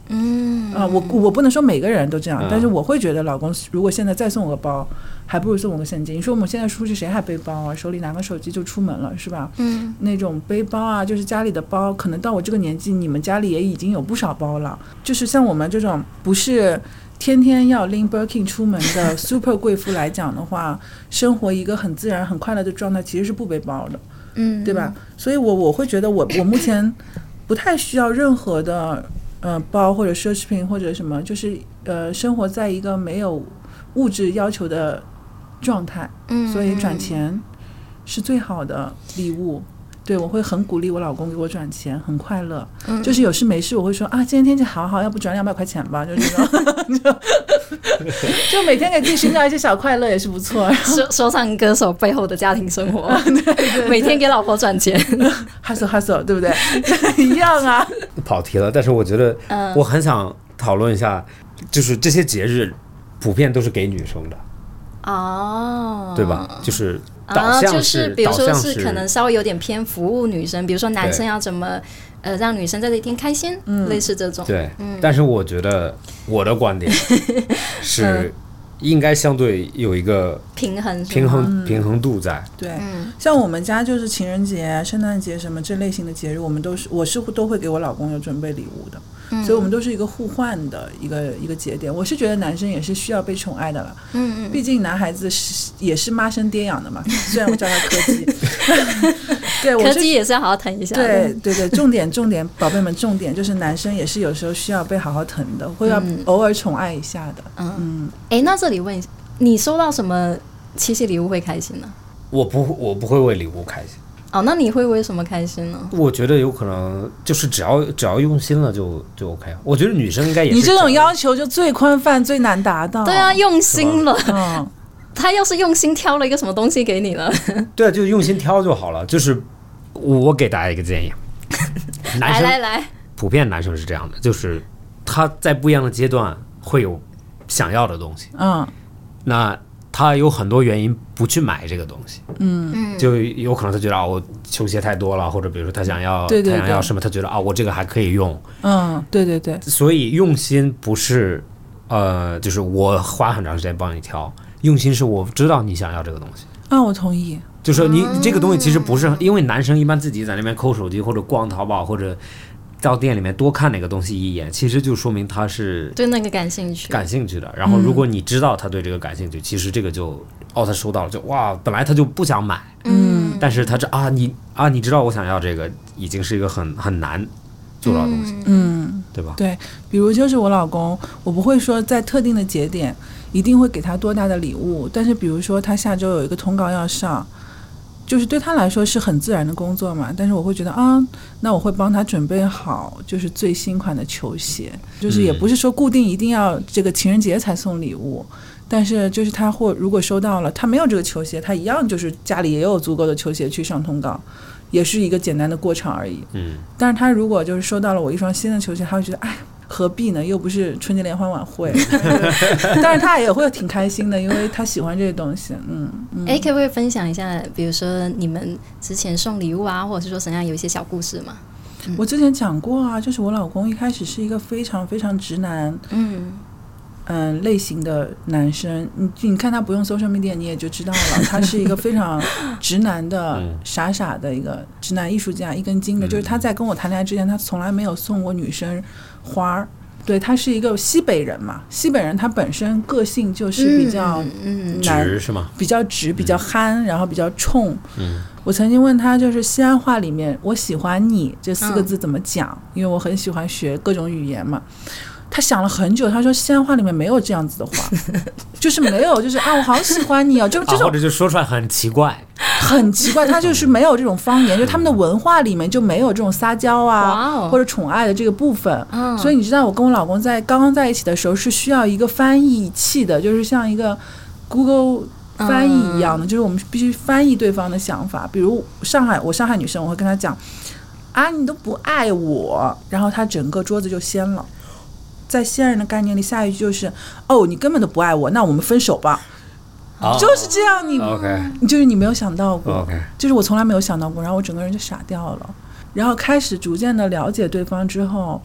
A: 嗯
B: 啊、我我不能说每个人都这样，
C: 嗯
B: 但是我会觉得，老公如果现在再送我个包，还不如送我个现金。你说我们现在出去谁还背包啊？手里拿个手机就出门了，是吧？
A: 嗯
B: 那种背包啊，就是家里的包，可能到我这个年纪，你们家里也已经有不少包了。就是像我们这种不是天天要拎 Birkin 出门 的 super 贵妇来讲的话，生活一个很自然、很快乐的状态，其实是不背包的，
A: 嗯，
B: 对吧？？所以我我会觉得我我目前不太需要任何的呃包或者奢侈品或者什么，就是呃生活在一个没有物质要求的状态。
A: 嗯，
B: 所以转钱是最好的礼物。对，我会很鼓励我老公给我转钱，很快乐。
A: 嗯
B: 就是有事没事，我会说啊，今天天气好好，要不转两百块钱吧，就这种， 就就每天给自己寻找一些小快乐也是不错。
A: 说说唱歌手背后的家庭生 活，每天给老婆赚钱，
B: hustle hustle，对不 对？一样啊。
C: 跑题了，但是我觉得
A: 嗯
C: 我很想讨论一下，就是这些节日普遍都是给女生的，
A: 哦，
C: 对吧？就是导
A: 啊，就
C: 向
A: 是比如
C: 导
A: 说
C: 向
A: 是可能稍微有点偏服务女生，比如说男生要怎么呃让女生在这一天开心，类似这种。 嗯
C: 对，但是我觉得我的观点是，应该相对有一个
A: 平衡是吗
C: 平衡平衡度在。
B: 对，
A: 嗯
B: 像我们家就是情人节、圣诞节什么这类型的节日，我们都是我是会都会给我老公有准备礼物的，
A: 嗯，
B: 所以我们都是一个互换的一个一个节点。我是觉得男生也是需要被宠爱的了，
A: 嗯嗯
B: 毕竟男孩子是也是妈生爹养 的嘛。虽然我叫他柯基，对，我
A: 科
B: 是
A: 技也是要好好疼一下的，
B: 对对对，重点重点，宝贝们，重点就是男生也是有时候需要被好好疼的，会要
A: 嗯
B: 偶尔宠爱一下的。
A: 嗯，
B: 嗯，
A: 哎，那这里问一下，你收到什么七夕礼物会开心呢？
C: 我不我不会为礼物开心，
A: 哦，那你会为什么开心呢？
C: 我觉得有可能就是只要只要用心了就就 OK 了。我觉得女生应该也是
B: 你这
C: 只
B: 种要求就最宽泛、最难达到。
A: 对啊，，用心了，
B: 嗯，
A: 他要是用心挑了一个什么东西给你 了，
C: 对，啊就用心挑就好了。就是我给大家一个 建议，男
A: 来
C: 生
A: 来来，
C: 普遍男生是这样的，就是他在不一样的阶段会有想要的东西，
B: 嗯，
C: 那他有很多原因不去买这个东西，
A: 嗯，
C: 就有可能他觉得啊、我球鞋太多了，或者比如说他想要
B: 对对
C: 他想要
B: 对
C: 什么，他觉得啊、我这个还可以用，
B: 嗯，对对对，
C: 所以用心不是呃，就是我花很长时间帮你挑，用心是我知道你想要这个东西。
B: 啊，我同意。
C: 就是说你你这个东西其实不是，因为男生一般自己在那边抠手机或者逛淘宝或者到店里面多看哪个东西一眼，其实就说明他是
A: 对那个感兴趣，
C: 感兴趣的。然后如果你知道他对这个感兴趣，其实这个就哦，他收到了就哇，本来他就不想买，
A: 嗯
C: 但是他这啊你啊你知道我想要这个，已经是一个很很难做到的东西，
B: 嗯，
C: 对吧？
B: 对，比如就是我老公，我不会说在特定的节点一定会给他多大的礼物，但是比如说他下周有一个通告要上，就是对他来说是很自然的工作嘛，但是我会觉得啊，那我会帮他准备好就是最新款的球鞋，就是也
C: 嗯
B: 不是说固定一定要这个情人节才送礼物。但是就是他或如果收到了，他没有这个球鞋，他一样就是家里也有足够的球鞋去上通告，也是一个简单的过场而已。
C: 嗯，
B: 但是他如果就是收到了我一双新的球鞋，他会觉得哎。何必呢？又不是春节联欢晚会，但是他也会挺开心的，因为他喜欢这些东西。嗯，
A: 哎，可不可以分享一下，比如说你们之前送礼物啊，或者是说怎样有一些小故事嘛？
B: 我之前讲过啊，就是我老公一开始是一个非常非常直男，
A: 嗯，
B: 嗯、类型的男生。你你看他不用 social media，你也就知道了，他是一个非常直男的
C: 嗯、
B: 傻傻的一个直男艺术家，一根筋的。就是他在跟我谈恋爱之前，他从来没有送过女生花儿。对他是一个西北人嘛，西北人他本身个性就是比较
A: 嗯，
B: 男
C: 值是吗？
B: 比较直、比较憨，然后比较冲。
C: 嗯，
B: 我曾经问他，就是西安话里面“我喜欢你”这四个字怎么讲，因为我很喜欢学各种语言嘛。他想了很久，他说西安话里面没有这样子的话， 就是没有，就是啊，我好喜欢你哦，就这
C: 啊，或
B: 种
C: 者就说出来很奇怪，
B: 很奇怪，他就是没有这种方 言，就他们的文化里面就没有这种撒娇啊
A: 哇哦
B: 或者宠爱的这个部分。
A: 嗯，
B: 所以你知道，我跟我老公在刚刚在一起的时候是需要一个翻译器的，就是像一个 Google
A: 嗯
B: 翻译一样的，就是我们必须翻译对方的想法。比如上海，我上海女生，我会跟她讲啊，你都不爱我，然后她整个桌子就掀了。在西安人的概念里，下一句就是哦，你根本都不爱我，那我们分手吧，
C: 啊
B: 就是这样。你
C: OK
B: 就是你没有想到过
C: OK，
B: 就是我从来没有想到过，然后我整个人就傻掉了。然后开始逐渐的了解对方之后，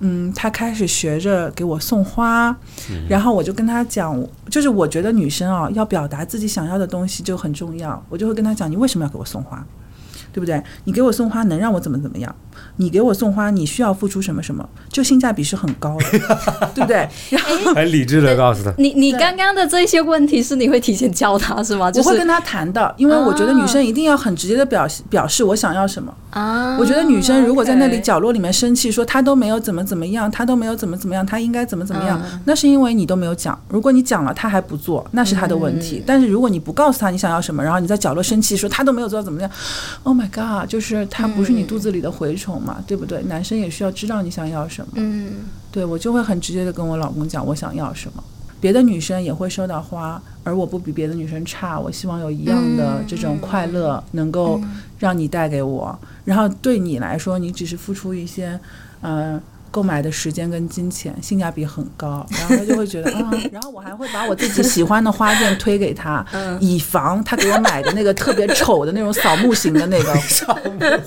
B: 嗯，他开始学着给我送花，
A: 嗯
B: 然后我就跟他讲，就是我觉得女生啊、要表达自己想要的东西就很重要，我就会跟他讲，你为什么要给我送花，对不对？你给我送花能让我怎么怎么样？你给我送花，你需要付出什么什么？就性价比是很 高的，对不对？然后
C: 很理智的告诉他，
A: 你你
B: 对
A: 刚刚的这些问题是你会提前教他是吗？就
B: 我会
A: 是
B: 跟他谈的，因为我觉得女生一定要很直接的表表示我想要什么。
A: 啊，
B: 我觉得女生如果在那里
A: OK
B: 角落里面生气，说她都没有怎么怎么样，她都没有怎么怎么样，她应该怎么怎么样，
A: 嗯
B: 那是因为你都没有讲。如果你讲了，她还不做，那是她的问
A: 嗯
B: 题。但是如果你不告诉她你想要什么，然后你在角落生气，说她都没有做到怎么样，Oh my god，就是她不
A: 嗯
B: 是你肚子里的蛔虫嘛，对不对？男生也需要知道你想要什么。
A: 嗯，
B: 对我就会很直接的跟我老公讲我想要什么。别的女生也会收到花，而我不比别的女生差。我希望有一样的这种快乐能够让你带给我。然后对你来说，你只是付出一些，嗯、购买的时间跟金钱性价比很高，然后他就会觉得啊，然后我还会把我自己喜欢的花店推给他，以防他给我买的那个特别丑的那种扫墓型的那个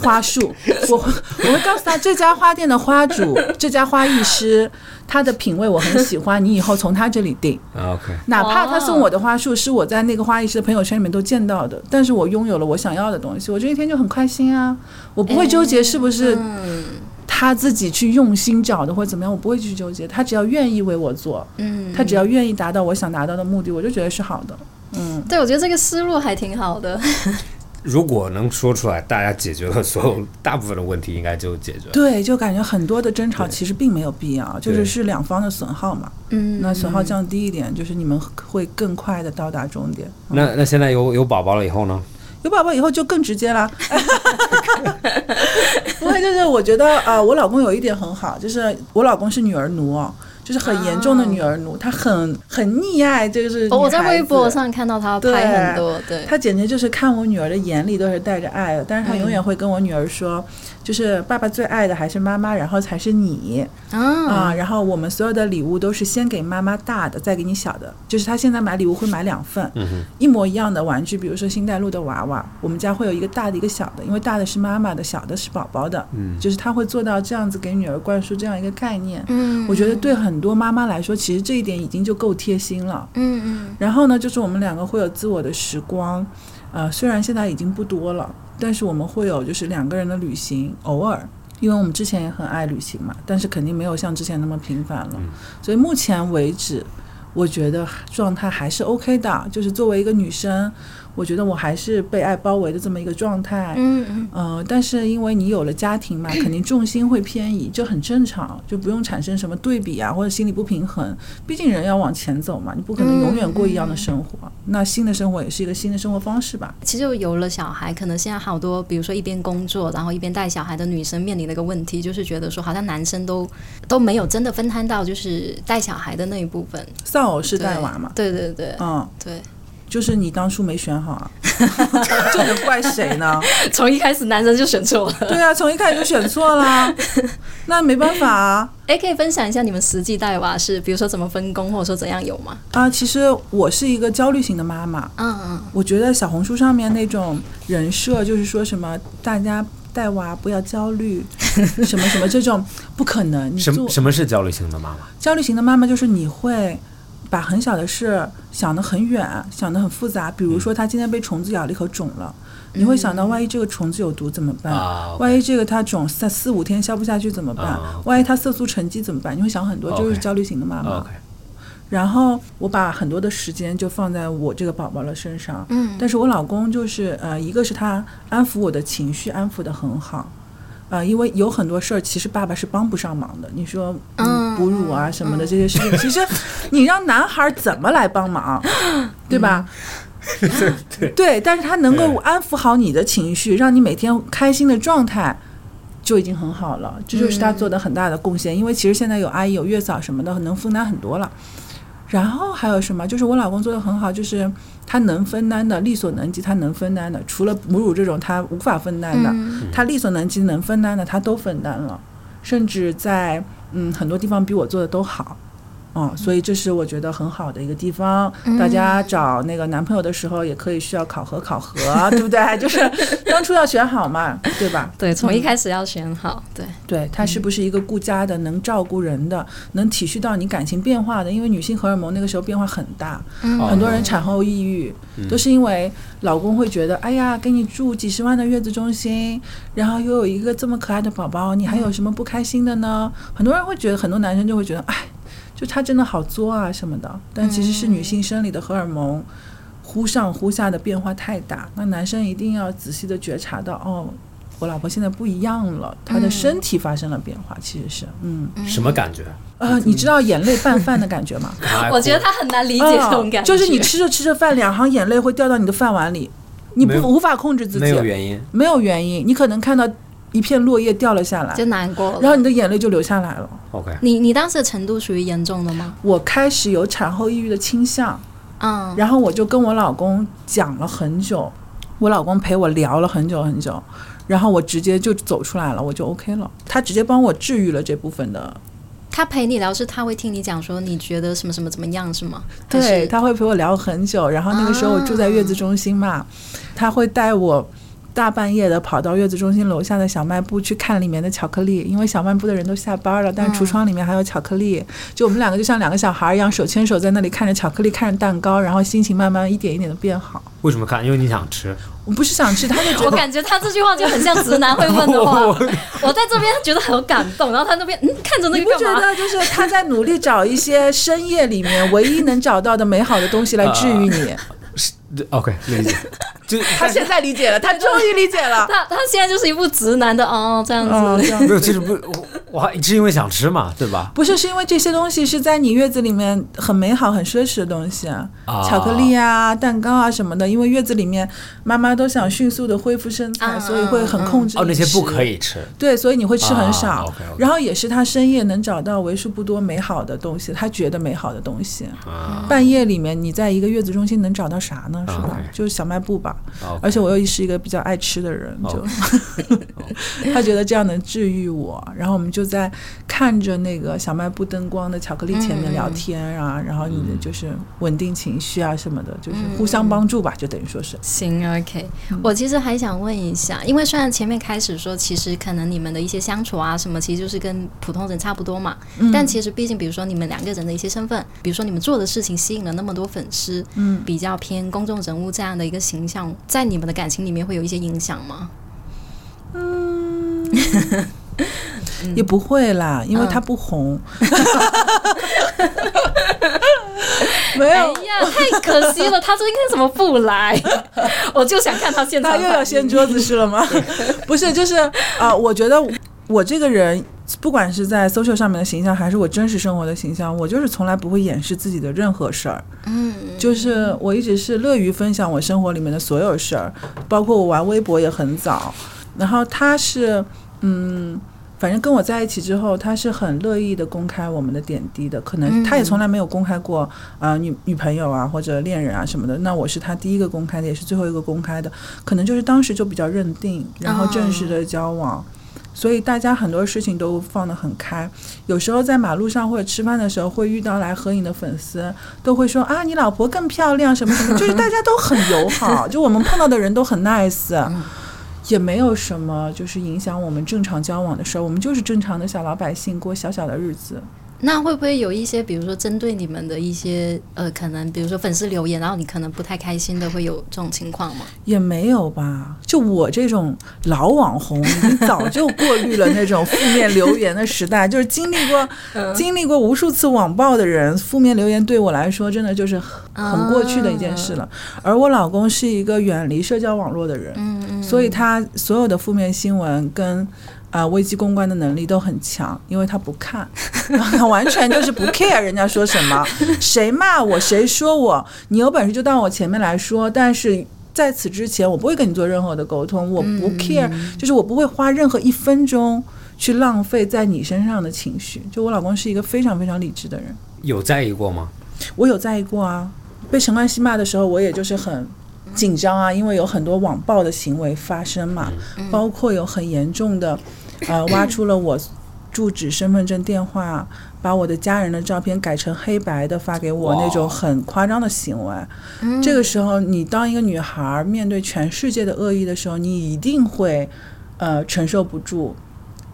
B: 花束，我会我会告诉他这家花店的花主，这家花艺师，他的品味我很喜欢，你以后从他这里订。
C: 啊，OK，
B: 哪怕他送我的花束是我在那个花艺师的朋友圈里面都见到的，但是我拥有了我想要的东西，我这一天就很开心啊！我不会纠结是不是
A: 嗯
B: 他自己去用心找的或者怎么样，我不会去纠结。他只要愿意为我做，
A: 嗯，
B: 他只要愿意达到我想达到的目的，我就觉得是好的。嗯，
A: 对我觉得这个思路还挺好的。
C: 如果能说出来，大家解决了所有大部分的问题，应该就解决了。
B: 对，就感觉很多的争吵其实并没有必要，就是
C: 对
B: 是两方的损耗嘛。
A: 嗯，
B: 那损耗降低一点，就是你们会更快的到达终点。
C: 那那现在有有宝宝了以后呢？
B: 有宝宝以后就更直接啦。 不会，就是我觉得呃，我老公有一点很好，就是我老公是女儿奴哦，就是很严重的女儿奴，他很很溺爱，就是、
A: 啊哦我在微博。上看到他拍很多，对，
B: 他简直就是看我女儿的眼里都是带着爱的，但
A: 嗯
B: 是他永远会跟我女儿说，就是爸爸最爱的还是妈妈，然后才是你
C: 嗯
B: 啊、
A: 啊，
B: 然后我们所有的礼物都是先给妈妈大的，再给你小的。就是他现在买礼物会买两份，
C: 嗯哼，
B: 一模一样的玩具，比如说星黛露的娃娃，我们家会有一个大的，一个小的，因为大的是妈妈的，小的是宝宝的，
C: 嗯
B: 就是他会做到这样子给女儿灌输这样一个概念。
A: 嗯，
B: 我觉得对很多妈妈来说，其实这一点已经就够贴心了。
A: 嗯，嗯
B: 然后呢，就是我们两个会有自我的时光，呃，虽然现在已经不多了，但是我们会有就是两个人的旅行，偶尔，因为我们之前也很爱旅行嘛，但是肯定没有像之前那么频繁了。所以目前为止，我觉得状态还是 OK 的，就是作为一个女生，我觉得我还是被爱包围的这么一个状态。
A: 嗯嗯
B: 呃，但是因为你有了家庭嘛，肯定重心会偏移，就很正常，就不用产生什么对比啊或者心理不平衡。毕竟人要往前走嘛，你不可能永远过一样的生活。那新的生活也是一个新的生活方式吧？
A: 其实我有了小孩，可能现在好多，比如说一边工作，然后一边带小孩的女生面临的一个问题，就是觉得说好像男生都都没有真的分摊到就是带小孩的那一部分，
B: 丧偶式带娃嘛，
A: 对对对
B: 嗯，
A: 对，
B: 就是你当初没选好啊， 这能怪谁呢？
A: 从一开始男生就选错了。
B: 对啊，从一开始就选错啦，那没办法啊。
A: 哎，可以分享一下你们实际带娃是，比如说怎么分工，或者说怎样有吗？
B: 啊，其实我是一个焦虑型的妈妈，
A: 嗯嗯
B: 我觉得小红书上面那种人设，就是说什么大家带娃不要焦 虑，什么什么这种不可能。你
C: 什
B: 做
C: 么什么是焦虑型的妈妈？
B: 焦虑型的妈妈就是你会把很小的事想得很远，想得很复杂。比如说她今天被虫子咬了一口肿了，你会想到万一这个虫子有毒怎么办？
C: 嗯啊，OK
B: 万一这个它肿三四五天消不下去怎么办？
C: 啊，OK
B: 万一它色素沉积怎么办？你会想很多，就是
C: OK
B: 焦虑型的妈妈。
C: 啊 OK，
B: 然后我把很多的时间就放在我这个宝宝的身上，
A: 嗯
B: 但是我老公就是呃，一个是他安抚我的情绪，安抚的很好。呃，因为有很多事儿，其实爸爸是帮不上忙的。你说，
A: 嗯
B: 嗯，哺乳啊什么的这些事情，其实你让男孩儿怎么来帮忙，对吧？嗯 对对，但是他能够
C: 对
B: 安抚好你的情绪，让你每天开心的状态，就已经很好了。这就是他做的很大的贡献，因为其实现在有阿姨、有月嫂什么的，能分担很多了。然后还有什么？就是我老公做的很好，就是他能分担的，力所能及，他能分担的，除了母乳这种他无法分担的，
A: 嗯
B: 他力所能及能分担的，他都分担了，甚至在嗯很多地方比我做的都好。嗯，所以这是我觉得很好的一个地方。大家找那个男朋友的时候，也可以需要考核考核，对不对？就是当初要选好嘛，对吧？
A: 对，从一开始要选好，对，
B: 对他是不是一个顾家的、能照顾人的、能体恤到你感情变化的？因为女性荷尔蒙那个时候变化很大，
C: 哦
B: 很多人产后抑郁、都是因为老公会觉得，哎呀，给你住几十万的月子中心，然后又有一个这么可爱的宝宝，你还有什么不开心的呢？很多人会觉得，很多男生就会觉得，哎，就他真的好作啊什么的。但其实是女性生理的荷尔蒙。忽上忽下的变化太大，那男生一定要仔细的觉察到，哦，我老婆现在不一样了，她的身体发生了变化，其实是，嗯，
C: 什么 感觉？
B: 呃，你知道眼泪拌饭的感觉吗？
C: 啊
A: 我觉得他很难理
B: 理
A: 解这种感觉，
B: 就是你吃着吃着饭，两行眼泪会掉到你的饭碗里，你不
C: 没有
B: 无法控制自己，
C: 没有原因，
B: 没有原因，你可能看到一片落叶掉了下来，
A: 就难过了。
B: 然后你的眼泪就流下来了。
C: OK，
A: 你你当时的程度属于严重的吗？
B: 我开始有产后抑郁的倾向，
A: 嗯，
B: 然后我就跟我老公讲了很久，我老公陪我聊了很久很久，然后我直接就走出来了，我就 OK 了。他直接帮我治愈了这部分的，
A: 他陪你聊是他会听你讲说你觉得什么什么怎么样是吗？还
B: 对，
A: 是
B: 他会陪我聊很久。然后那个时候我住在月子中心嘛，他会带我。大半夜的跑到月子中心楼下的小卖部去看里面的巧克力，因为小卖部的人都下班了，但是橱窗里面还有巧克力。就我们两个就像两个小孩儿一样，手牵手在那里看着巧克力，看着蛋糕，然后心情慢慢一点一点的变好。
C: 为什么看？因为你想吃。
B: 我不是想吃，他就觉
A: 我
B: 得
A: 感觉他这句话就很像直男会问的话。我在这边觉得很感动，然后他那边嗯看着那
B: 你
A: 个
B: 不觉
A: 干嘛？
B: 得就是他在努力找一些深夜里面唯一能找到的美好的东西来治愈你？
C: OK，理解。 就
B: 他现在理解了，他终于理解了。
A: 他他现在就是一副直男的哦这样 子。
B: 嗯，这样
C: 没有，其实不，我我还是因为想吃嘛，对吧？
B: 不是是因为这些东西是在你月子里面很美好、很奢侈的东西啊，
C: 啊
B: 巧克力啊、蛋糕啊什么的。因为月子里面妈妈都想迅速的恢复身材，
A: 嗯
B: 所以会很控制
C: 哦，那些不可
B: 以。
C: 以吃。
B: 对，所以你会吃很少，
C: 啊，OK，OK
B: 然后也是他深夜能找到为数不多美好的东西，他觉得美好的东西。
C: 啊
B: 半夜里面你在一个月子中心能找到啥呢？是吧？
C: OK
B: 就是小卖部吧。
C: ，OK 哦
B: 而且我又是一个比较爱吃的人， 就他觉得这样能治愈我。然后我们就在看着那个小卖部灯光的巧克力前面聊天啊，然后你
C: 嗯
B: 的就是稳定情绪啊什么的，就是互相帮助吧，就等于说是。
A: 行，OK。我
B: 嗯
A: 其实还想问一下，因为虽然前面开始说，其实可能你们的一些相处啊什么，其实就是跟普通人差不多嘛。
B: 嗯
A: 但其实毕竟，比如说你们两个人的一些身份，比如说你们做的事情吸引了那么多粉丝，嗯，比较偏公众人物这样的一个形象，在你们的感情里面会有一些影响吗？
B: 也不会啦，因为他不红。没
A: 哎
B: 有，
A: 呀，太可惜了，他今天怎么不来？ 我就想看他现场
B: 他
A: 反
B: 又
A: 应。
B: 要掀桌子是了吗？ 不是，就是啊、呃我觉得我这个人，不管是在 social 上面的形象，还是我真实生活的形象，我就是从来不会掩饰自己的任何事儿。
A: 嗯，
B: 就是我一直是乐于分享我生活里面的所有事儿，包括我玩微博也很早。然后他是，嗯，反正跟我在一起之后，他是很乐意的公开我们的点滴的。可能
A: 嗯
B: 他也从来没有公开过啊、呃女女朋友啊或者恋人啊什么的。那我是他第一个公开的，也是最后一个公开的。可能就是当时就比较认定，然后正式的交往。所以大家很多事情都放得很开，有时候在马路上或者吃饭的时候会遇到来合影的粉丝，都会说啊你老婆更漂亮什么什么， 就是大家都很友好，就我们碰到的人都很 nice，也没有什么就是影响我们正常交往的事儿，我们就是正常的小老百姓过小小的日子。
A: 那会不会有一些，比如说针对你们的一些呃，可能比如说粉丝留言，然后你可能不太开心的，会有这种情况吗？
B: 也没有吧，就我这种老网红，已经早就过滤了那种负面留言的时代，就是经历 过、
A: 嗯
B: 经历过无数次网暴的人，负面留言对我来说真的就是很很过去的一件事了。而我老公是一个远离社交网络的人，
A: 嗯嗯，
B: 所以他所有的负面新闻跟啊、呃危机公关的能力都很强，因为他不看，他 完全就是不 care 人家说什么，谁骂我谁说我，你有本事就到我前面来说，但是。在此之前，我不会跟你做任何的沟通，我不 care，、就是我不会花任何一分钟去浪费在你身上的情绪。就我老公是一个非常非常理智的人，
C: 有在意过吗？
B: 我有在意过啊。被陈冠希骂的时候，我也就是很紧张啊，因为有很多网暴的行为发生嘛，包括有很严重的，呃，挖出了我住址、身份证、电话，把我的家人的照片改成黑白的发给我，
C: 哇
B: 那种很夸张的行为。这个时候，你当一个女孩儿面对全世界的恶意的时候，你一定会，呃，承受不住。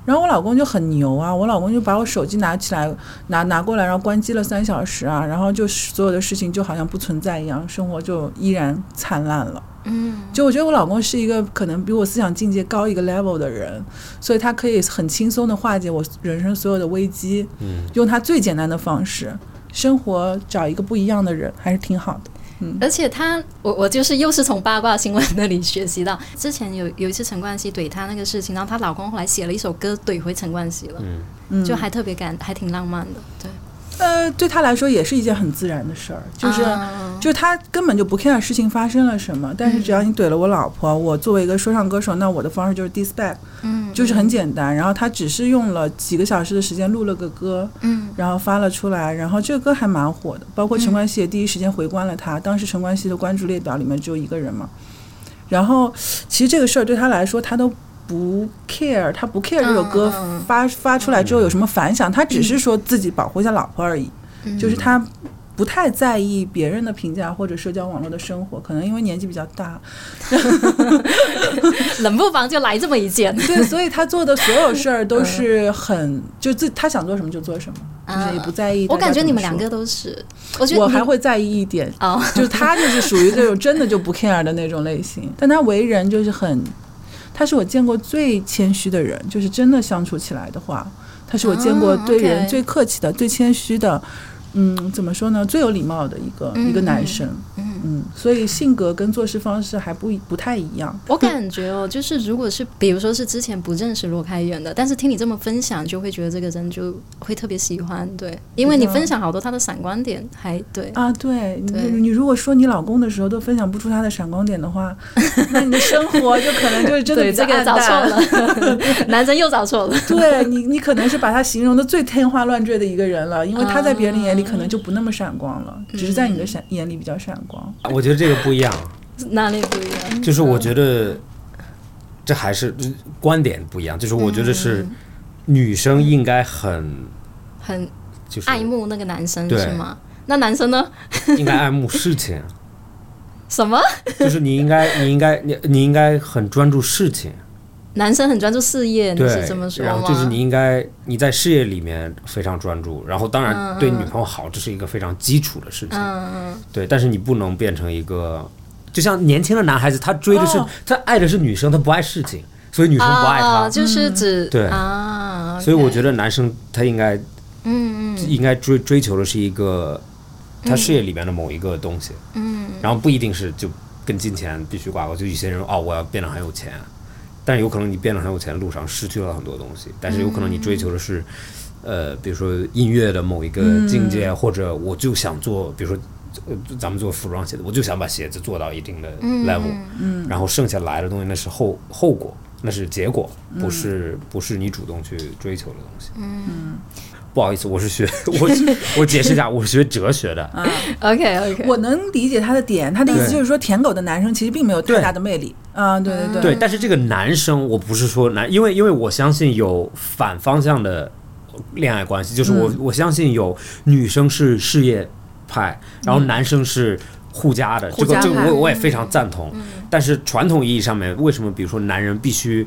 B: 然后我老公就很牛啊，我老公就把我手机拿起来，拿拿过来，然后关机了三小时啊，然后就是所有的事情就好像不存在一样，生活就依然灿烂了。
A: 嗯，
B: 就我觉得我老公是一个可能比我思想境界高一个 level 的人，所以他可以很轻松的化解我人生所有的危机，
C: 嗯，
B: 用他最简单的方式，生活找一个不一样的人还是挺好的。
A: 而且他，我我就是又是从八卦新闻那里学习到，之前有有一次陈冠希怼他那个事情，然后她老公后来写了一首歌怼回陈冠希了，
C: 嗯
B: 嗯
A: 就还特别感，还挺浪漫的，对，
B: 呃，对他来说也是一件很自然的事儿，就是。
A: 啊
B: 就是他根本就不 care 事情发生了什么，但是只要你怼了我老婆，我作为一个说唱歌手，那我的方式就是 diss back，
A: 嗯
B: 就是很简单。然后他只是用了几个小时的时间录了个歌，
A: 嗯
B: 然后发了出来，然后这个歌还蛮火的，包括陈冠希也第一时间回关了他。当时陈冠希的关注列表里面只有一个人嘛，然后其实这个事儿对他来说，他都不 care，他不 care 这首歌
A: 嗯
B: 发、发出来之后有什么反响，他只是说自己保护一下老婆而已，
A: 嗯
B: 就是他不太在意别人的评价或者社交网络的生活，可能因为年纪比较 大，
A: 冷不防就来这么一件，
B: 对，所以他做的所有事儿都
A: 嗯
B: 是很就自他想做什么就做什么，就是也不在意。
A: 我感觉你们两个。都是，我觉得
B: 我
A: 你
B: 还会在意一点，
A: 哦，
B: 就是他就是属于这种真的就不 care 的那种类型，但他为人就是很，他是我见过最谦虚的人，就是真的相处起来的话，他是我见过
A: 哦
B: 对人
A: OK
B: 最客气的、最谦虚的，嗯，怎么说呢，最有礼貌的一个、一个男生，
A: 嗯，
B: 嗯，所以性格跟做事方式还不一不太一样，
A: 我感觉哦，就是如果是比如说是之前不认识罗开元的，但是听你这么分享，就会觉得这个人就会特别喜欢，对，因为你分享好多他的闪光点，还对，
B: 啊，对你
A: 对
B: 你如果说你老公的时候都分享不出他的闪光点的 话，那你的生活就可能就是真的
A: 对
B: 比较
A: 这个
B: 暗
A: 找错
B: 淡。
A: 了， 男生又找错了，
B: 对你，你可能是把他形容的最天花乱坠的一个人了，因为他在别人眼里可能就不那么闪光了，
C: 嗯
B: 只是在你的闪眼里比较闪光。
C: 我觉得这个不一样，啊
A: 哪里不一样？
C: 就是我觉得这还是就是观点不一样，就是我觉得是
A: 嗯
C: 女生应该很
A: 很
C: 就是
A: 爱慕那个男生
C: 对
A: 是吗？那男生呢？
C: 应该爱慕事 情，
A: 什么？
C: 就是你应该你应该你你应该很专注事情，
A: 男生很专注事业，你
C: 对
A: 是这么，说
C: 然
A: 吗？
C: 后就是你应该你在事业里面非常专注，然后当然对女朋友好，这是一个非常基础的事情，
A: 嗯，嗯
C: 对，但是你不能变成一个，就像年轻的男孩子，他追的是、
B: 哦
C: 他爱的是女生，他不爱事情，所以女生不爱他，嗯
A: 啊，就是指
C: 对
A: 啊，OK，
C: 所以我觉得男生他应该
A: 嗯嗯
C: 应该追追求的是一个他事业里面的某一个东西，
A: 嗯，
C: 然后不一定是就跟金钱必须挂钩，就有些人哦，我要变得很有钱，但是有可能你变得很有钱的路上失去了很多东西，但是有可能你追求的
A: 嗯
C: 是。呃，比如说音乐的某一个境
A: 嗯
C: 界，或者我就想做，比如说，呃咱们做服装鞋子，我就想把鞋子做到一定的 level，、嗯、然后剩下来的东西那是后后果，那是结果，不是、不是你主动去追求的东西。嗯，不好意思，我是学 我是我解释一下，我是学哲学的，
A: ，OK OK，
B: 我能理解他的点，他的意思
C: 嗯对
B: 就是说，舔狗的男生其实并没有太
C: 对
B: 大的魅力。啊，对对
C: 对，，但是这个男生，我不是说男，因为因为我相信有反方向的恋爱关系，就是我、我相信有女生是事业派，然后男生是互加的，
B: 互
C: 这个
B: 加
C: 这个
B: 派
C: 我我也非常赞同。但是传统意义上面，为什么比如说男人必须？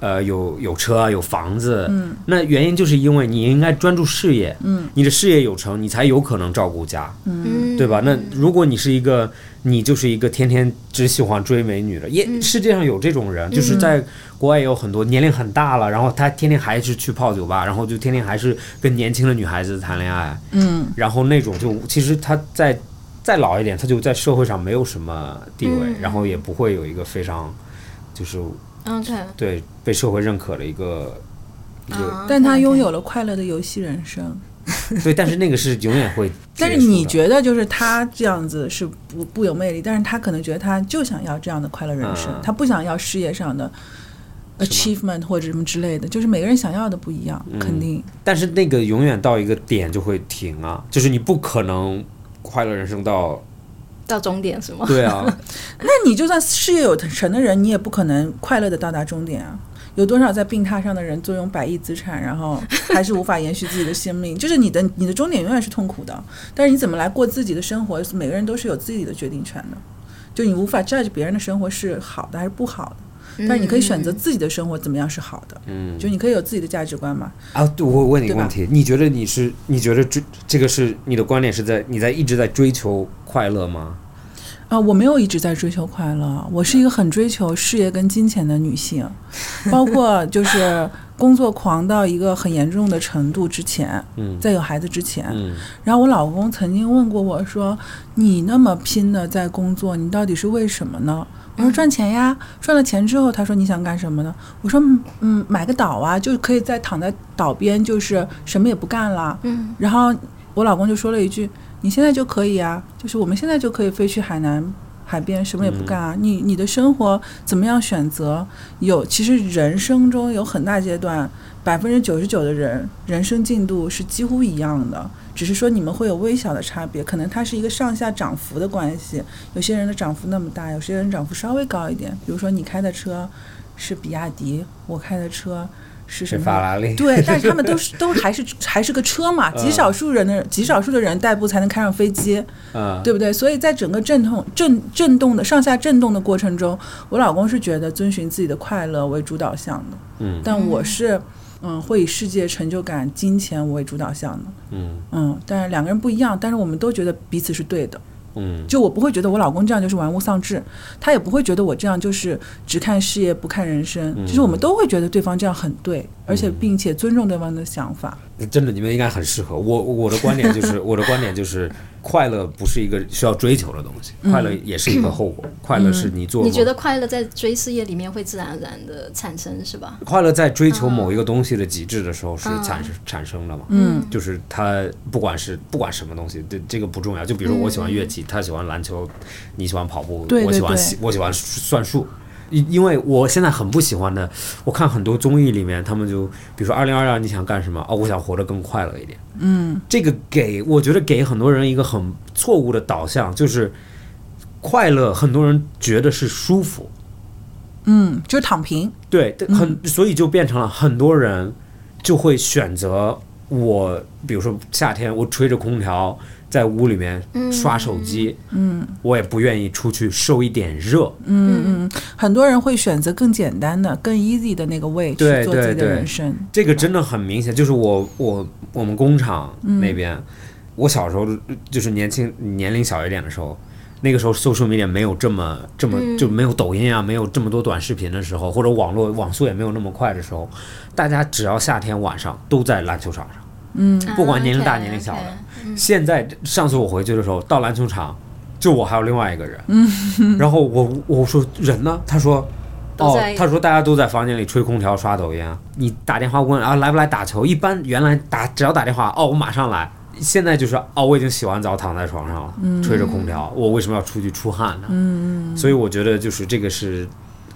C: 呃，有有车有房子，嗯，那原因就是因为你应该专注事业，嗯，你的事业有成，你才有可能照顾家，
A: 嗯
C: 对吧？那如果你是一个，你就是一个天天只喜欢追美女的，也、世界上有这种人，就是在国外也有很多年龄很大了，然后他天天还是去泡酒吧，然后就天天还是跟年轻的女孩子谈恋爱，
B: 嗯，
C: 然后那种就其实他在再老一点，他就在社会上没有什么地位，
B: 嗯
C: 然后也不会有一个非常就是
A: ，OK，
C: 对被社会认可的一个一个、
A: 啊
B: 但他拥有了快乐的游戏人生。
C: 对，但是那个是永远会结束的，
B: 但是你觉得就是他这样子是不不有魅力，但是他可能觉得他就想要这样的快乐人生，
C: 嗯
B: 他不想要事业上的
C: 是吗嗯
B: achievement 或者什么之类的，就是每个人想要的不一样，肯定。
C: 但是那个永远到一个点就会停啊，就是你不可能快乐人生到
A: 到终点是吗？
C: 对 啊，
B: 那你就算事业有成的人，你也不可能快乐的到达终点啊。有多少在病榻上的人坐拥百亿资产，然后还是无法延续自己的生命？就是你的你的终点永远是痛苦的，但是你怎么来过自己的生活，每个人都是有自己的决定权的。就你无法 judge 别人的生活是好的还是不好的，但是你可以选择自己的生活怎么样是好的。
C: 嗯
B: 就你可以有自己的价值观嘛。
C: 啊，对，我问你个
B: 对吧
C: 问题，你觉得你是你觉得追这个是你的观点是在你在一直在追求快乐吗？
B: 啊，我没有一直在追求快乐，我是一个很追求事业跟金钱的女性，包括就是工作狂到一个很严重的程度之前，
C: 嗯
B: 在有孩子之前，
C: 嗯
B: 然后我老公曾经问过我说：“你那么拼的在工作，你到底是为什么呢？”我说：“赚钱呀。”赚了钱之后，他说：“你想干什么呢？”我说：“嗯嗯，买个岛啊，就可以在躺在岛边，就是什么也不干了。”
A: 嗯，
B: 然后我老公就说了一句：“你现在就可以啊，就是我们现在就可以飞去海南海边，什么也不干啊。你你的生活怎么样选择？有其实人生中有很大阶段，百分之九十九的人人生进度是几乎一样的，只是说你们会有微小的差别，可能它是一个上下涨幅的关系。有些人的涨幅那么大，有些人涨幅稍微高一点。比如说你开的车。是比亚迪，我开的车是什
C: 是
B: 么？
C: 法拉利，
B: 对，但是他们都是都还是还是个车嘛，极少数人的极少数的人代步才能开上飞机，
C: 嗯，
B: 对不对？所以在整个震动震震动的上下震动的过程中，我老公是觉得遵循自己的快乐为主导向的，
C: 嗯
B: 但我是嗯会以世界成就感、金钱为主导向的，
C: 嗯
B: 嗯，但是两个人不一样，但是我们都觉得彼此是对的。
C: 嗯
B: 就我不会觉得我老公这样就是玩物丧志，他也不会觉得我这样就是只看事业不看人生。
C: 嗯
B: 就是我们都会觉得对方这样很对，而且并且尊重对方的想法。
C: 嗯，真的你们应该很适合。我我的观点就是我的观点就是快乐不是一个需要追求的东西，快乐也是一个后果，快乐是你做
A: 你
C: 某
A: 觉得快乐在追事业里面会自然而然的产生是吧？
C: 快乐在追求
B: 嗯
C: 某一个东西的极致的时候是产生、产生的嘛？嗯，就是他不管是不管什么东西，这这个不重要。就比如我喜欢乐器，他喜欢篮球，你喜欢跑步，
B: 嗯对
C: 我喜欢
B: 对
C: 喜我喜欢算术。因因为我现在很不喜欢的，我看很多综艺里面，他们就比如说二零二二你想干什么？哦，我想活得更快乐一点。嗯，这个给我觉得给很多人一个很错误的导向，就是快乐，很多人觉得是舒服，
B: 嗯，就是躺平。
C: 对，但很所以就变成了很多人就会选择我，比如说夏天我吹着空调在屋里面刷手机，嗯，我也不愿意出去受一点热，
B: 很多人会选择更简单的、更 easy 的那个位
C: 对
B: 去做自己
C: 对
B: 的
C: 对
B: 人生。
C: 这个真的很明显，就是我我我们工厂那边，我小时候就是年轻年龄小一点的时候，那个时候 social media 没有这么这么、就没有抖音啊，没有这么多短视频的时候，或者网络网速也没有那么快的时候，大家只要夏天晚上都在篮球场上，嗯，
A: 啊
C: 不管年龄大年龄小的。现在上次我回去的时候，到篮球场，就我还有另外一个人， 然后我我说人呢？他说。
A: 都
C: 哦
A: 在，
C: 他说大嗯家都在房间里吹空调、刷抖音啊。你打电话问啊来不来打球？一般原来打只要打电话哦，我马上来。现在就是哦，我已经洗完澡躺在床上了，吹着空调，我为什么要出去出汗呢？嗯，所以我觉得就是这个是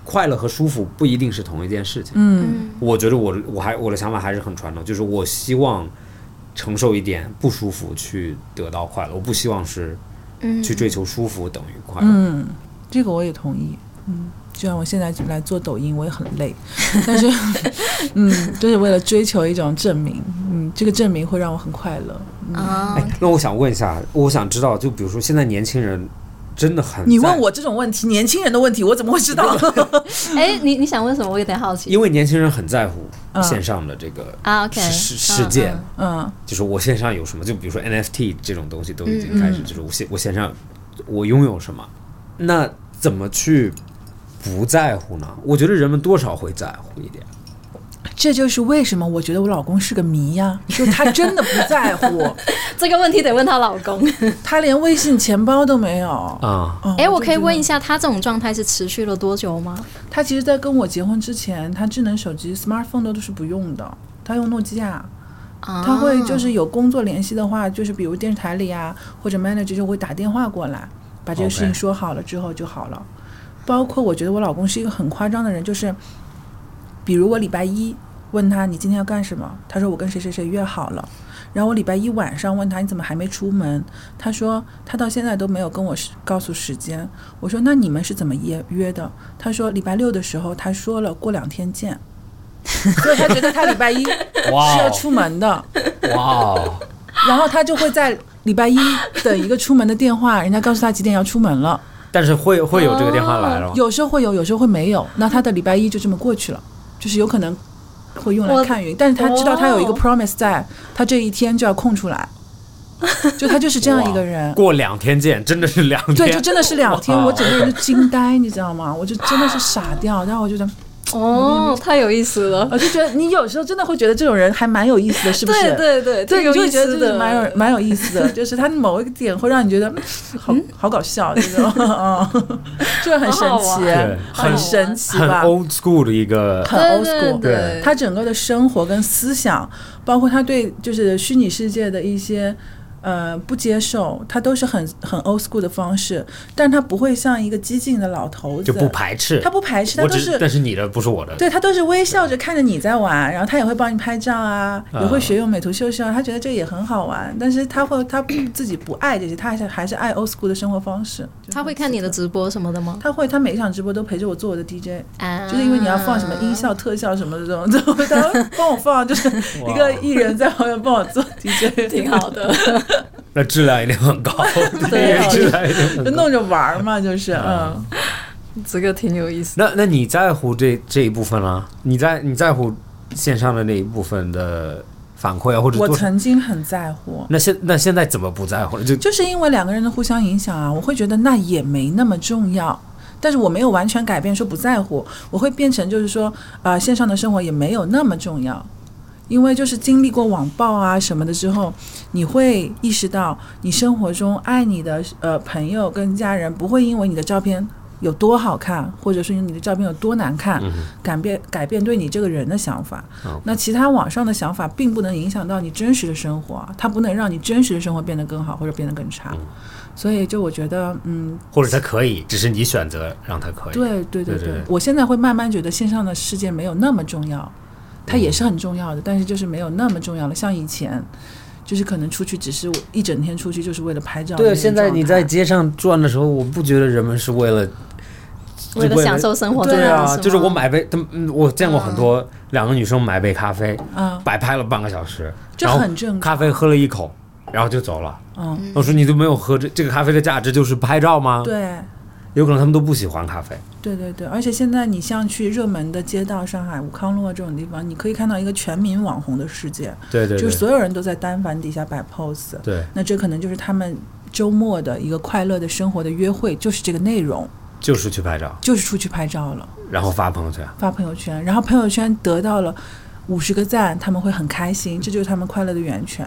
C: 快乐和舒服不一定是同一件事情。
A: 嗯
C: 我觉得我我还我的想法还是很传统，就是我希望承受一点不舒服去得到快乐，我不希望是
A: 嗯
C: 去追求舒服等于快乐。
B: 嗯，这个我也同意。嗯，就像我现在来做抖音，我也很累， 但是，嗯，就是为了追求一种证明。嗯，这个证明会让我很快乐。
A: 啊
C: 哎，那我想问一下，我想知道，就比如说现在年轻人真的很
B: 你
C: 在
B: 问，我这种问题，年轻人的问题，我怎么会知道？
A: 哎，你你想问什么？我有点好奇
C: 因为年轻人很在乎
B: 嗯
C: 线上的这个
A: 啊。OK，
C: 世世世界，
B: 嗯。
C: 就是我线上有什么，就比如说 NFT 这种东西都已经开
B: 嗯
C: 始，就是我线我线上我拥有什么，那怎么去不在乎呢？我觉得人们多少会在乎一点。
B: 这就是为什么我觉得我老公是个谜呀、就他真的不在乎，
A: 这个问题得问她老公。
B: 他连微信钱包都没有。
C: 啊、
B: 哦
A: 哎，我可以问一
B: 下，
A: 下，她这种状态是持续了多久吗？
B: 他其实，在跟我结婚之前，他智能手机 smartphone 都都是不用的，他用诺基亚。
A: 啊，
B: 他会就是有工作联系的话，就是比如电视台里啊，或者 manager 就会打电话过来，把这个
C: OK
B: 事情说好了之后就好了。包括我觉得我老公是一个很夸张的人，就是比如我礼拜一问他你今天要干什么，他说我跟谁谁谁约好了。然后我礼拜一晚上问他你怎么还没出门，他说他到现在都没有跟我时告诉时间。我说那你们是怎么约约的？他说礼拜六的时候他说了过两天 见，所以他觉得他礼拜一是
C: 哇
B: 要
C: 哦
B: 出门的。
C: 哇哦，
B: 然后他就会在礼拜一等一个出门的电话，人家告诉他几点要出门了。
C: 但是会会有这个电话来了吗？
B: 有时候会有，有时候会没有。那他的礼拜一就这么过去了，就是有可能会用来
A: 我
B: 看云，但是他知道他有一个
A: 哦
B: promise 在，他这一天就要空出来。就他就是这样一个
C: 哇
B: 人，
C: 过两天见，真的是两天，
B: 对，就真的是两天，
C: 哇
B: 我整个人就惊呆，你知道吗？我就真的是傻掉，然后我就觉得，嗯
A: 哦，太有意思了。
B: 我就觉得你有时候真的会觉得这种人还蛮有意思的，是不是？
A: 对对对，
B: 对，
A: 挺
B: 你
A: 有
B: 就
A: 意
B: 会觉得就
A: 思
B: 是
A: 的，
B: 蛮有蛮有意思的， 就是他某一个点会让你觉得嗯好好搞笑，这 种，嗯，就是很神
A: 好好
B: 奇
A: 玩
C: 对，
B: 很
A: 很
B: 神奇
C: 很
B: 吧。
C: old school 的一个
B: 很
A: 对
B: old
A: 对
B: school，
A: 对
B: 他整个的生活跟思想，包括他对就是虚拟世界的一些呃不接受，他都是很很 old school 的方式，但他不会像一个激进的老头子，
C: 就不排斥。
B: 他不排斥，他
C: 我
B: 都
C: 只
B: 是
C: 但是你的不是我的，
B: 对他都是微笑着看着你在玩，然后他也会帮你拍照啊，也会
C: 啊
B: 学用美图秀秀，啊，他觉得这也很好玩，但是他会他自己不爱这些，他还是还是爱 old school 的生活方式。就
A: 他会
B: 很
A: 看
B: 奇
A: 你的
B: 特，
A: 直播什么的吗？
B: 他会他每一场直播都陪着我做我的 DJ，
A: 啊，
B: 就是因为你要放什么音效、特效什么的这种， 这种他会帮我放，就是一个艺人在旁边帮我做 DJ，
A: 挺好的。
C: 那质量一定很高，
B: 对啊
C: 质量一定
B: 就
C: 很高。
B: 弄着玩儿嘛，就是
C: 啊
B: 嗯，
A: 这个挺有意思。
C: 那那你在乎这这一部分啦、你在你在乎线上的那一部分的反馈啊，或者
B: 我
C: 多少？
B: 曾经很在乎。
C: 那现那现在怎么不在乎了？就
B: 就是因为两个人的互相影响啊，我会觉得那也没那么重要。但是我没有完全改变，说不在乎，我会变成就是说，啊、线上的生活也没有那么重要，因为就是经历过网暴啊什么的之后，你会意识到你生活中爱你的呃朋友跟家人不会因为你的照片有多好看，或者说你的照片有多难看，
C: 嗯哼
B: 改变改变对你这个人的想法。
C: OK
B: 那其他网上的想法并不能影响到你真实的生活啊，它不能让你真实的生活变得更好或者变得更差。
C: 嗯
B: 所以就我觉得，嗯，
C: 或者他可以，只是你选择让他可以。
B: 对对对
C: 哎对对对
B: 我现在会慢慢觉得线上的世界没有那么重要，它也是很重要的，但是就是没有那么重要了。像以前，就是可能出去只是我一整天出去就是为了拍照的那
C: 对，
B: 种状态。
C: 现在你在街上转的时候，我不觉得人们是为了
A: 为了呃享受生活在
C: 对
A: 那里
C: 啊，
A: 吗
C: 就是我买杯，他们嗯我见过很多两个女生买杯咖啡，
B: 啊，
C: 摆拍了半个小时，
B: 这
C: 然后
B: 很正常
C: 咖啡喝了一口，然后就走了。
B: 嗯，
C: 我说你都没有喝这这个咖啡的价值就是拍照吗？
B: 对。
C: 有可能他们都不喜欢咖啡。
B: 对对对，而且现在你像去热门的街道，上海武康路啊这种地方，你可以看到一个全民网红的世界，
C: 对对
B: 就是
C: 对
B: 所有人都在单反底下摆 pose。
C: 对，
B: 那这可能就是他们周末的一个快乐的生活的约会，就是这个内容，
C: 就是去拍照，
B: 就是出去拍照了，
C: 然后发朋友圈。
B: 发朋友圈，然后朋友圈得到了五十个赞，他们会很开心，这就是他们快乐的源泉。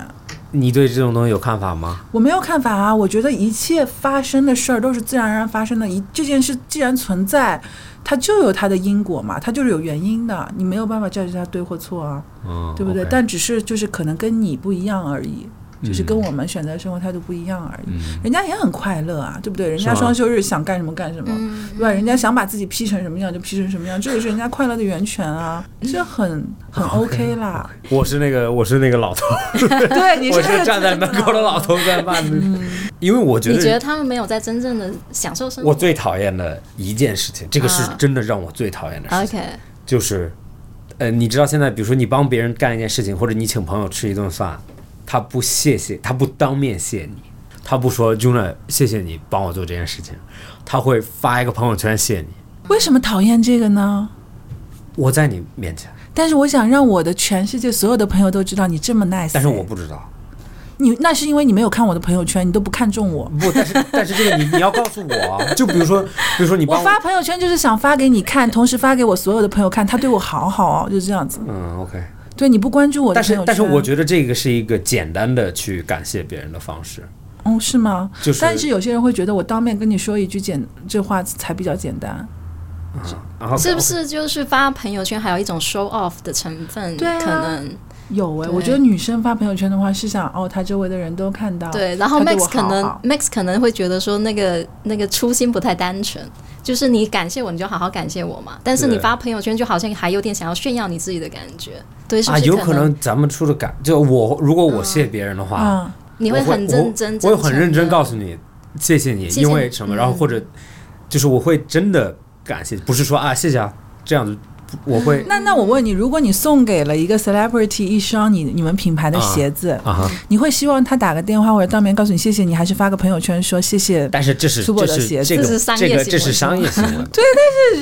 C: 你对这种东西有看法吗？
B: 我没有看法啊，我觉得一切发生的事儿都是自然而然发生的。一这件事既然存在，它就有它的因果嘛，它就是有原因的，你没有办法 judge 它对或错啊，
C: 嗯，
B: 对不对
C: OK
B: 但只是就是可能跟你不一样而已，就是跟
C: 嗯
B: 我们选择生活态度不一样而已。
C: 嗯
B: 人家也很快乐啊，对不对？人
C: 是
B: 家
C: 吗
B: 双休日想干什么干什么，
A: 嗯
B: 对吧？人家想把自己 P 成什么样就 P 成什么样，这也是人家快乐的源泉啊，
C: 嗯
B: 这很很 OK 啦。
C: 我是那个我是那个老头，
A: 哦
B: 对，你那
C: 我是
B: 个嗯
C: 站在门口的老头在骂你，因为我觉
A: 你
C: 得
A: 觉得他们没有在真正的享受生活
C: 我最讨厌的一件事情，这个是
A: 啊
C: 真的让我最讨厌的事情，
A: ？OK，
C: 就是，呃，你知道现在，比如说你帮别人干一件事情，或者你请朋友吃一顿饭，他不谢谢，他不当面谢你，他不说 Juna 谢谢你帮我做这件事情，他会发一个朋友圈谢你，
B: 为什么讨厌这个呢？
C: 我在你面前，
B: 但是我想让我的全世界所有的朋友都知道你这么 nice，欸
C: 但是我不知道，
B: 你那是因为你没有看我的朋友圈，你都不看重我。
C: 不，但是但是这个你你要告诉我啊，就比如说，比如说你
B: 我
C: 帮
B: 发朋友圈就是想发给你看，同时发给我所有的朋友看，他对我好好哦，就是这样子。
C: 嗯，OK。
B: 对，你不关注我的
C: 但
B: 朋友圈，
C: 是但是我觉得这个是一个简单的去感谢别人的方式，
B: 哦，是吗？
C: 就是
B: 但是有些人会觉得我当面跟你说一句简这话才比较简单，
C: 嗯然后
A: 是不是就是发朋友圈还有一种 show off 的成分？
B: 对啊
A: 可能
B: 有哎、
A: 对
B: 我觉得女生发朋友圈的话是想哦，她周围的人都看到，
A: 对。然后
B: 她对我
A: Max 可能
B: 好好
A: Max 可能会觉得说那个那个初心不太单纯，就是你感谢我，你就好好感谢我嘛。但是你
C: 对
A: 发朋友圈就好像还有点想要炫耀你自己的感觉，对，是不
C: 啊，
A: 是
C: 有
A: 可
C: 可能咱们出的感，就我如果我谢别人的话，
B: 嗯，
A: 你
C: 我会
A: 很认真，
C: 我会我会很认真告
A: 诉。
C: 诉你，谢谢你，
A: 谢谢
C: 因为什么，
A: 你嗯
C: 然后或者就是我会真的感谢，不是说啊谢谢啊这样子，我会
B: 那那我问你，如果你送给了一个 celebrity 一双你你们品牌的鞋子，
C: 啊哈，
B: 你会希望他打个电话或者当面告诉你谢谢你，还是发个朋友圈说谢谢？
C: 但是这是
B: 苏泊
C: 这
B: 的鞋子
C: 是这
A: 这是
C: 个
A: 商
C: 这
A: 业
C: 个
A: 行为
C: 这是商业行为， 对，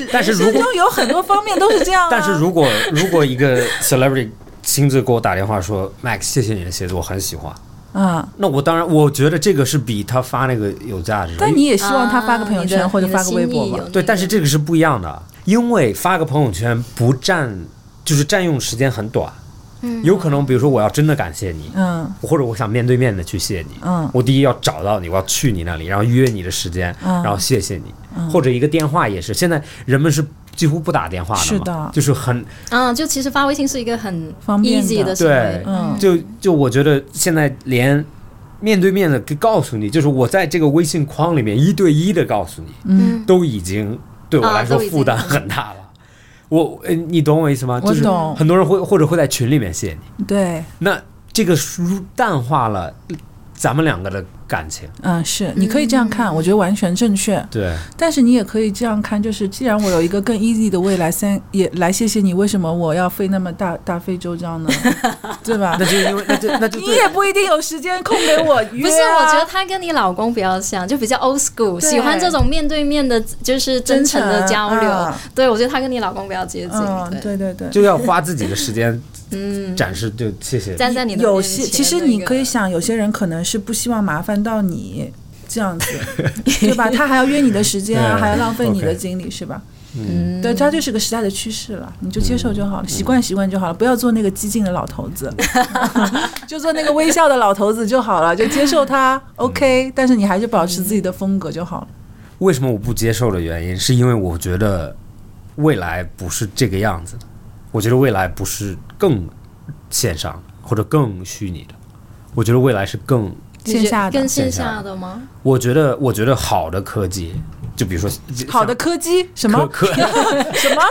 C: 但 是但是如
B: 人生
C: 果
B: 中有很多方面都是这样、啊。
C: 但是如果如果一个 celebrity 亲自给我打电话说 Max 谢谢你的鞋子，我很喜欢，
B: 啊、
C: 那我当然我觉得这个是比他发那个有价值的，
B: 但你也希望他发个朋友圈
A: 啊
B: 或者发个微博
A: 你的
B: 吧
A: 心意有？
C: 对，但是这个是不一样的，因为发个朋友圈不占，就是占用时间很短。
A: 嗯
C: 有可能，比如说我要真的感谢你，
B: 嗯
C: 或者我想面对面的去谢你，
B: 嗯
C: 我第一要找到你，我要去你那里，然后约你的时间，
B: 嗯
C: 然后谢谢你，或者一个电话也是，现在人们是几乎不打电话的嘛，
B: 是的
C: 就是很
A: 啊，就其实发微信是一个很
B: 方便的啊
A: easy 的行为
C: 对，
B: 嗯
C: 就就我觉得现在连面对面的告诉你，就是我在这个微信框里面一对一的告诉你，
A: 嗯，
C: 都已经对我
A: 啊
C: 来说
A: 都已经
C: 负担很大了。我，呃你懂我意思吗？
B: 我
C: 就是
B: 懂
C: 很多人会或者会在群里面谢你，
B: 对，
C: 那这个疏淡化了咱们两个的感情。
B: 嗯，是，你可以这样看，我觉得完全正确。
C: 对，
B: 但是你也可以这样看，就是既然我有一个更 easy 的未来，三也来谢谢你，为什么我要费那么大大费周章 呢？对吧
C: 那？就因为那就那就
B: 你
C: 对
B: 也不一定有时间空给我约、啊。
A: 不是，我觉得他跟你老公比较像，就比较 old school，
B: 对
A: 喜欢这种面对面的，就是真诚的交流。
B: 啊
A: 对，我觉得他跟你老公比较接近。
B: 嗯，
A: 对，
B: 对对对。
C: 就要花自己的时间
A: 嗯，
C: 展示，就谢谢。
A: 站在你的
B: 有
A: 面
B: 些
A: 前
B: 其实
A: 的
B: 你
A: 一个
B: 可以想，有些人可能是不希望麻烦到你这样 子，对吧？他还要约你的时间啊，
C: 对
B: 还要浪费你的
C: OK
B: 精力，是吧？
C: 嗯，
B: 对，它就是个时代的趋势了，你就接受就好了，习惯习惯就好了，不要做那个激进的老头 子， 就做那个微笑的老头子就好了，就接受
C: 嗯
B: 他，OK，但是你还是保持自己的风格就好了。
C: 为什么我不接受的原因，是因为我觉得未来不是这个样子的，我觉得未来不是更线上或者更虚拟的，我觉得未来是更
A: 你觉得
B: 线下的
A: 跟线
C: 线下
A: 下的吗？
C: 我觉得，我觉得好的科技，就比如说
B: 好的柯基什么
C: 科 科，
B: 什么，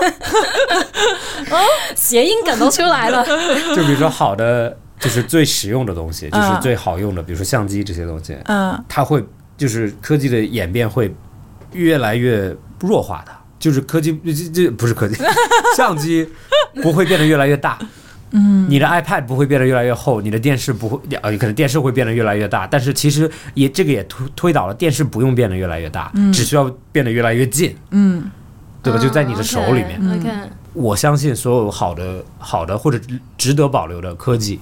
A: 谐音梗都出来了。
C: 就比如说好的，就是最实用的东西，就
B: 嗯
C: 是最好用的，比如说相机这些东西，
B: 嗯
C: 它会就是科技的演变会越来越弱化它，就是科技这这不是科 技，相机不会变得越来越大。嗯，你的 iPad 不会变得越来越厚，你的电视不会，呃，可能电视会变得越来越大，但是其实也这个也推推导了，电视不用变得越来越大，只需要变得越来越近，
B: 嗯，哦
C: 对吧？就在你的手里 面。
A: OK，嗯
C: 我相信所有好的、好的或者值值得保留的科技，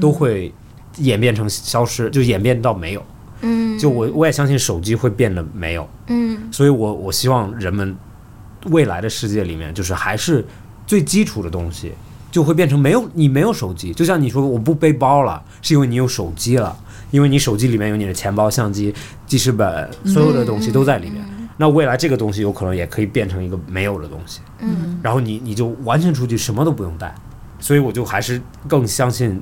C: 都会演变成消失，就演变到没有。
A: 嗯
C: 就我我也相信手机会变得没有，
A: 嗯
C: 所以我我希望人们未来的世界里面，就是还是最基础的东西，就会变成没有你没有手机，就像你说我不背包了，是因为你有手机了，因为你手机里面有你的钱包、相机、记事本，所有的东西都在里面。那未来这个东西有可能也可以变成一个没有的东西。
A: 嗯
C: 然后你你就完全出去什么都不用带，所以我就还是更相信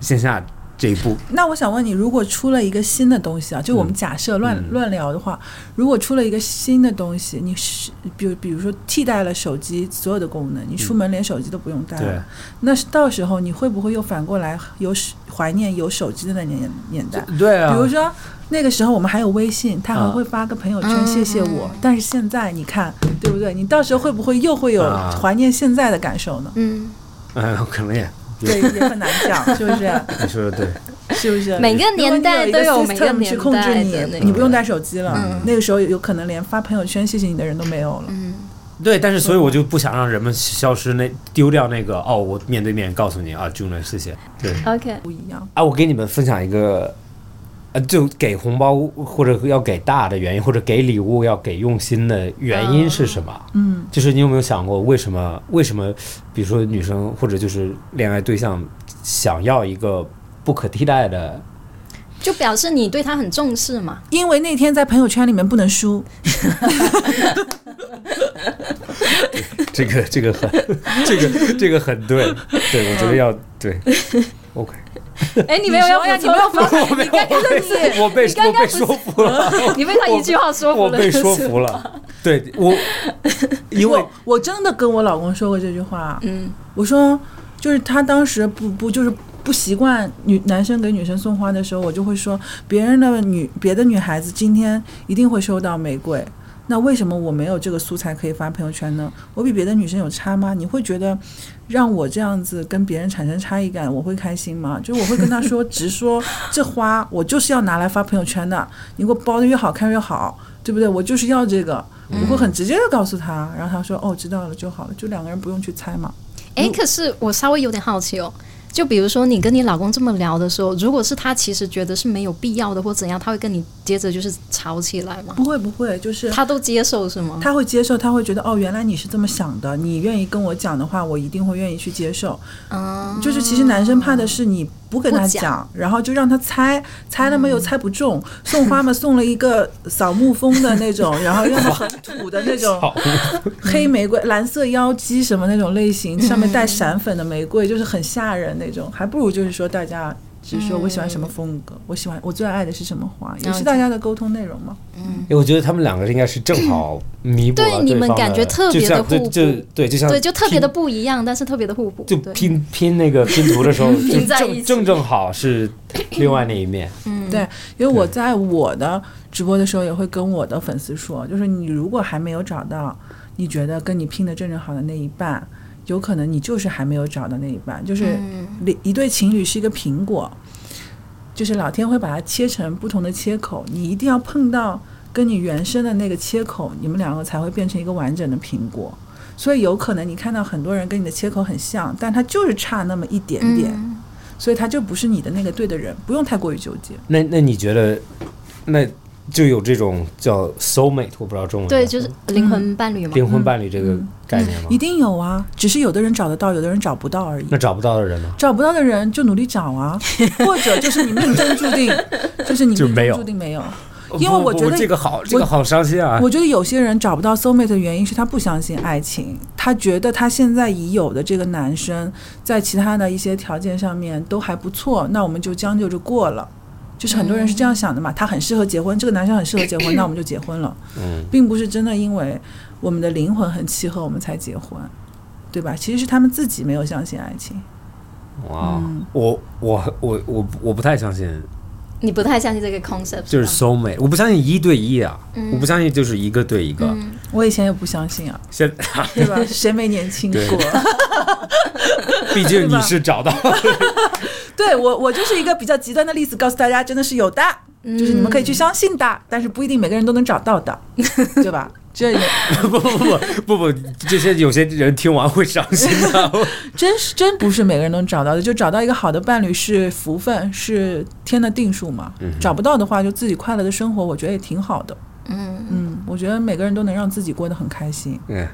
C: 线下这一步。
B: 那我想问你，如果出了一个新的东西啊，就我们假设乱、
C: 嗯
B: 乱聊的话，如果出了一个新的东西，你是比如比如说替代了手机所有的功能，你出门连手机都不用带了，
C: 嗯对，
B: 那是到时候你会不会又反过来有手怀念有手机的那年年代？
C: 对啊
B: 比如说那个时候我们还有微信，他还会发个朋友圈
A: 嗯
B: 谢谢我，但是现在你看对不对？你到时候会不会又会有
C: 啊
B: 怀念现在的感受呢？
A: 嗯，
C: 嗯，可能也
B: 对，也很难讲， 是不是？
C: 你说的对，
B: 是不是？
A: 每个年代都有每个
B: 如果你有一 system
A: 年
B: 去控制
A: 代
B: 你
A: 的那，
B: 你
A: 个。嗯
B: 不用带手机了。那个时候有可能连发朋友圈谢谢你的人都没有了。
C: 对，但是所以我就不想让人们消失那丢掉那个哦，我面对面告诉你啊，Juno，谢谢。对
B: 嗯
A: OK，
B: 不一样，
C: 啊，我给你们分享一个。呃，就给红包或者要给大的原因，或者给礼物要给用心的原因是什么？
B: 嗯，
C: 就是你有没有想过，为什么为什么，比如说女生或者就是恋爱对象想要一个不可替代的？
A: 就表示你对他很重视嘛。
B: 因为那天在朋友圈里面不能输，
C: 这个这个很这个这个很对，对我觉得要 对。OK，
A: 哎，你没有要
B: 说呀
A: 补充
B: 你没有发
C: 我被我被我被
A: 你刚
C: 我
A: 刚
C: 被
A: 不是
C: 说服 了，
A: 你被他一句话说服
C: 我
A: 了，
C: 被说服了。对我，因为
B: 我我真的跟我老公说过这句话，
A: 嗯
B: 我说就是他当时不不就是。不习惯女男生给女生送花的时候，我就会说别人的女别的女孩子今天一定会收到玫瑰，那为什么我没有这个素材可以发朋友圈呢？我比别的女生有差吗？你会觉得让我这样子跟别人产生差异感，我会开心吗？就是我会跟他说直说，这花我就是要拿来发朋友圈的，你给我包的越好看越好，对不对？我就是要这个，我会很直接的告诉他，然后他说哦知道了就好了，就两个人不用去猜嘛。
C: 嗯
A: 哎，可是我稍微有点好奇哦。就比如说你跟你老公这么聊的时候，如果是他其实觉得是没有必要的或怎样，他会跟你接着就是吵起来吗？
B: 不会不会，
C: 嗯
B: 就是
A: 他都接受是吗？
B: 他会接受，他会觉得哦，原来你是这么想的，你愿意跟我讲的话，我一定会愿意去接受。
A: 嗯，
B: 就是其实男生怕的是你不跟
A: 不
B: 他
A: 讲
B: 讲，然后就让他猜，猜了嘛又猜不中，送花嘛送了一个扫墓风的那种，然后又很土的那种
C: 好，
B: 黑玫瑰、蓝色妖姬什么那种类型，上面带闪粉的玫瑰，就是很吓人那种，还不如就是说大家。只是说我喜欢什么风格，我喜欢我最爱的是什么花，也是大家的沟通内容嘛。
C: 因为我觉得他们两个应该是正好弥补了
A: 对你们
C: 方的
A: 感觉特别
C: 就像
A: 地互补
C: 就就对，就像
A: 对，就特别
C: 拼
A: 的不一样，但是特别的互补。
C: 就
A: 对
C: 拼拼那个拼图的 时候，就
A: 拼在一
C: 正
A: 起
C: 正正好是另外那一面。
B: 对，因为我在我的直播的时候也会跟我的粉丝说，就是你如果还没有找到你觉得跟你拼的正正好的那一半，有可能你就是还没有找到那一半，就是
A: 嗯
B: 两一对情侣是一个苹果，就是老天会把它切成不同的切口，你一定要碰到跟你原生的那个切口，你们两个才会变成一个完整的苹果。所以有可能你看到很多人跟你的切口很像，但他就是差那么一点点，
A: 嗯
B: 所以他就不是你的那个对的人，不用太过于纠结。
C: 那那你觉得，那就有这种叫 soul mate，我不知道中文
A: 对，
C: 叫
A: 就是嗯
C: 什么
A: 灵魂伴侣嘛。
C: 灵魂伴侣这个概念吗
B: 一？定有啊，只是有的人找得到，有的人找不到而已
C: 那。找不到的人呢？
B: 找不到的人就努力找 啊，或者就是你命中注定，就是你
C: 就
B: 命中
C: 没有
B: 注定没有。因为我觉得
C: 不不这个好，这个好伤心啊！
B: 我觉得有些人找不到 soul mate 的原因是他不相信爱情，他觉得他现在已有的这个男生在其他的一些条件上面都还不错，那我们就将就着过了。就是很多人是这样想的嘛，他很适合结婚，这个男生很适合结婚，那我们就结婚了。
C: 嗯，
B: 并不是真的因为我们的灵魂很契合，我们才结婚，对吧？其实是他们自己没有相信爱情。
C: 哇，我我我我我不太相信，
A: 你不太相信这个 concept，
C: 就是
A: 吧嗯
C: soul mate，我不相信一对一啊，我不相信就是一个对一个。
B: 我以前也不相信啊，
C: 现
B: 对 吧？谁没年轻
C: 对
B: 过？
C: 毕竟你是找到
B: 对我，我就是一个比较极端的例子，告诉大家真的是有的，就是你们可以去相信的，但是不一定每个人都能找到的，对吧？这也
C: 不不不不不，这些有些人听完会伤心 的。
B: 真是真不是每个人能找到的，就找到一个好的伴侣是福分，是天的定数嘛。
C: 嗯
B: 找不到的话，就自己快乐的生活，我觉得也挺好的。
A: 嗯
B: 嗯，我觉得每个人都能让自己过得很开心。
C: 嗯，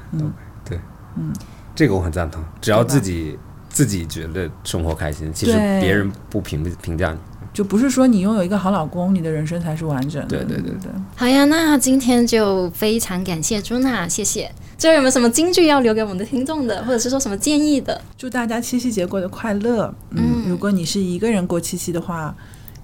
C: 对，嗯，这个我很赞同，只要自己自己觉得生活开心，其实
B: 对
C: 别人不评评价你。
B: 就不是说你拥有一个好老公，你的人生才是完整的。
C: 对对对
B: 对，
A: 好呀，那今天就非常感谢朱娜，谢谢。就是有没有什么金句要留给我们的听众的，或者是说什么建议的？
B: 祝大家七夕节过得快乐。嗯，如果你是一个人过七夕的话，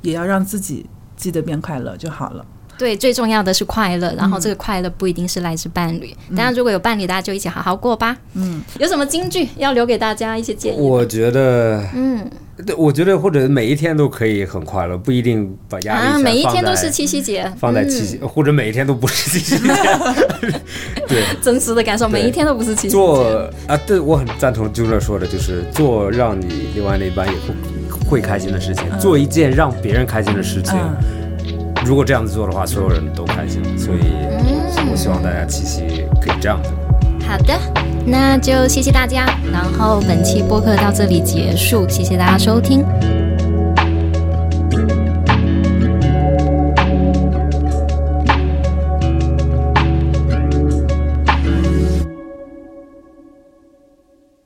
B: 也要让自己记得变快乐就好了。
A: 对，最重要的是快乐，然后这个快乐不一定是来自伴侣，当然如果有伴侣，大家就一起好好过吧。嗯，有什么金句要留给大家一些建议？
C: 我觉得，
A: 嗯
C: 对，我觉得或者每一天都可以很快乐，不一定把压力
A: 啊，
C: 全
A: 每一
C: 放
A: 天都
C: 在
A: 是七嗯夕节，
C: 放在七夕，或者每一天都不是七 夕节对，
A: 嗯、真实的感受，每一天都不是七夕节。
C: 做啊，对我很赞同 j u l 说的，就是做让你另外那一半也会会开心的事情，做一件让别人开心的事情。
B: 嗯
C: 如果这样子做的话，所有人都开心。所以，我希望大家七夕可以这样子。
A: 好的，那就谢谢大家，然后本期播客到这里结束，谢谢大家收听。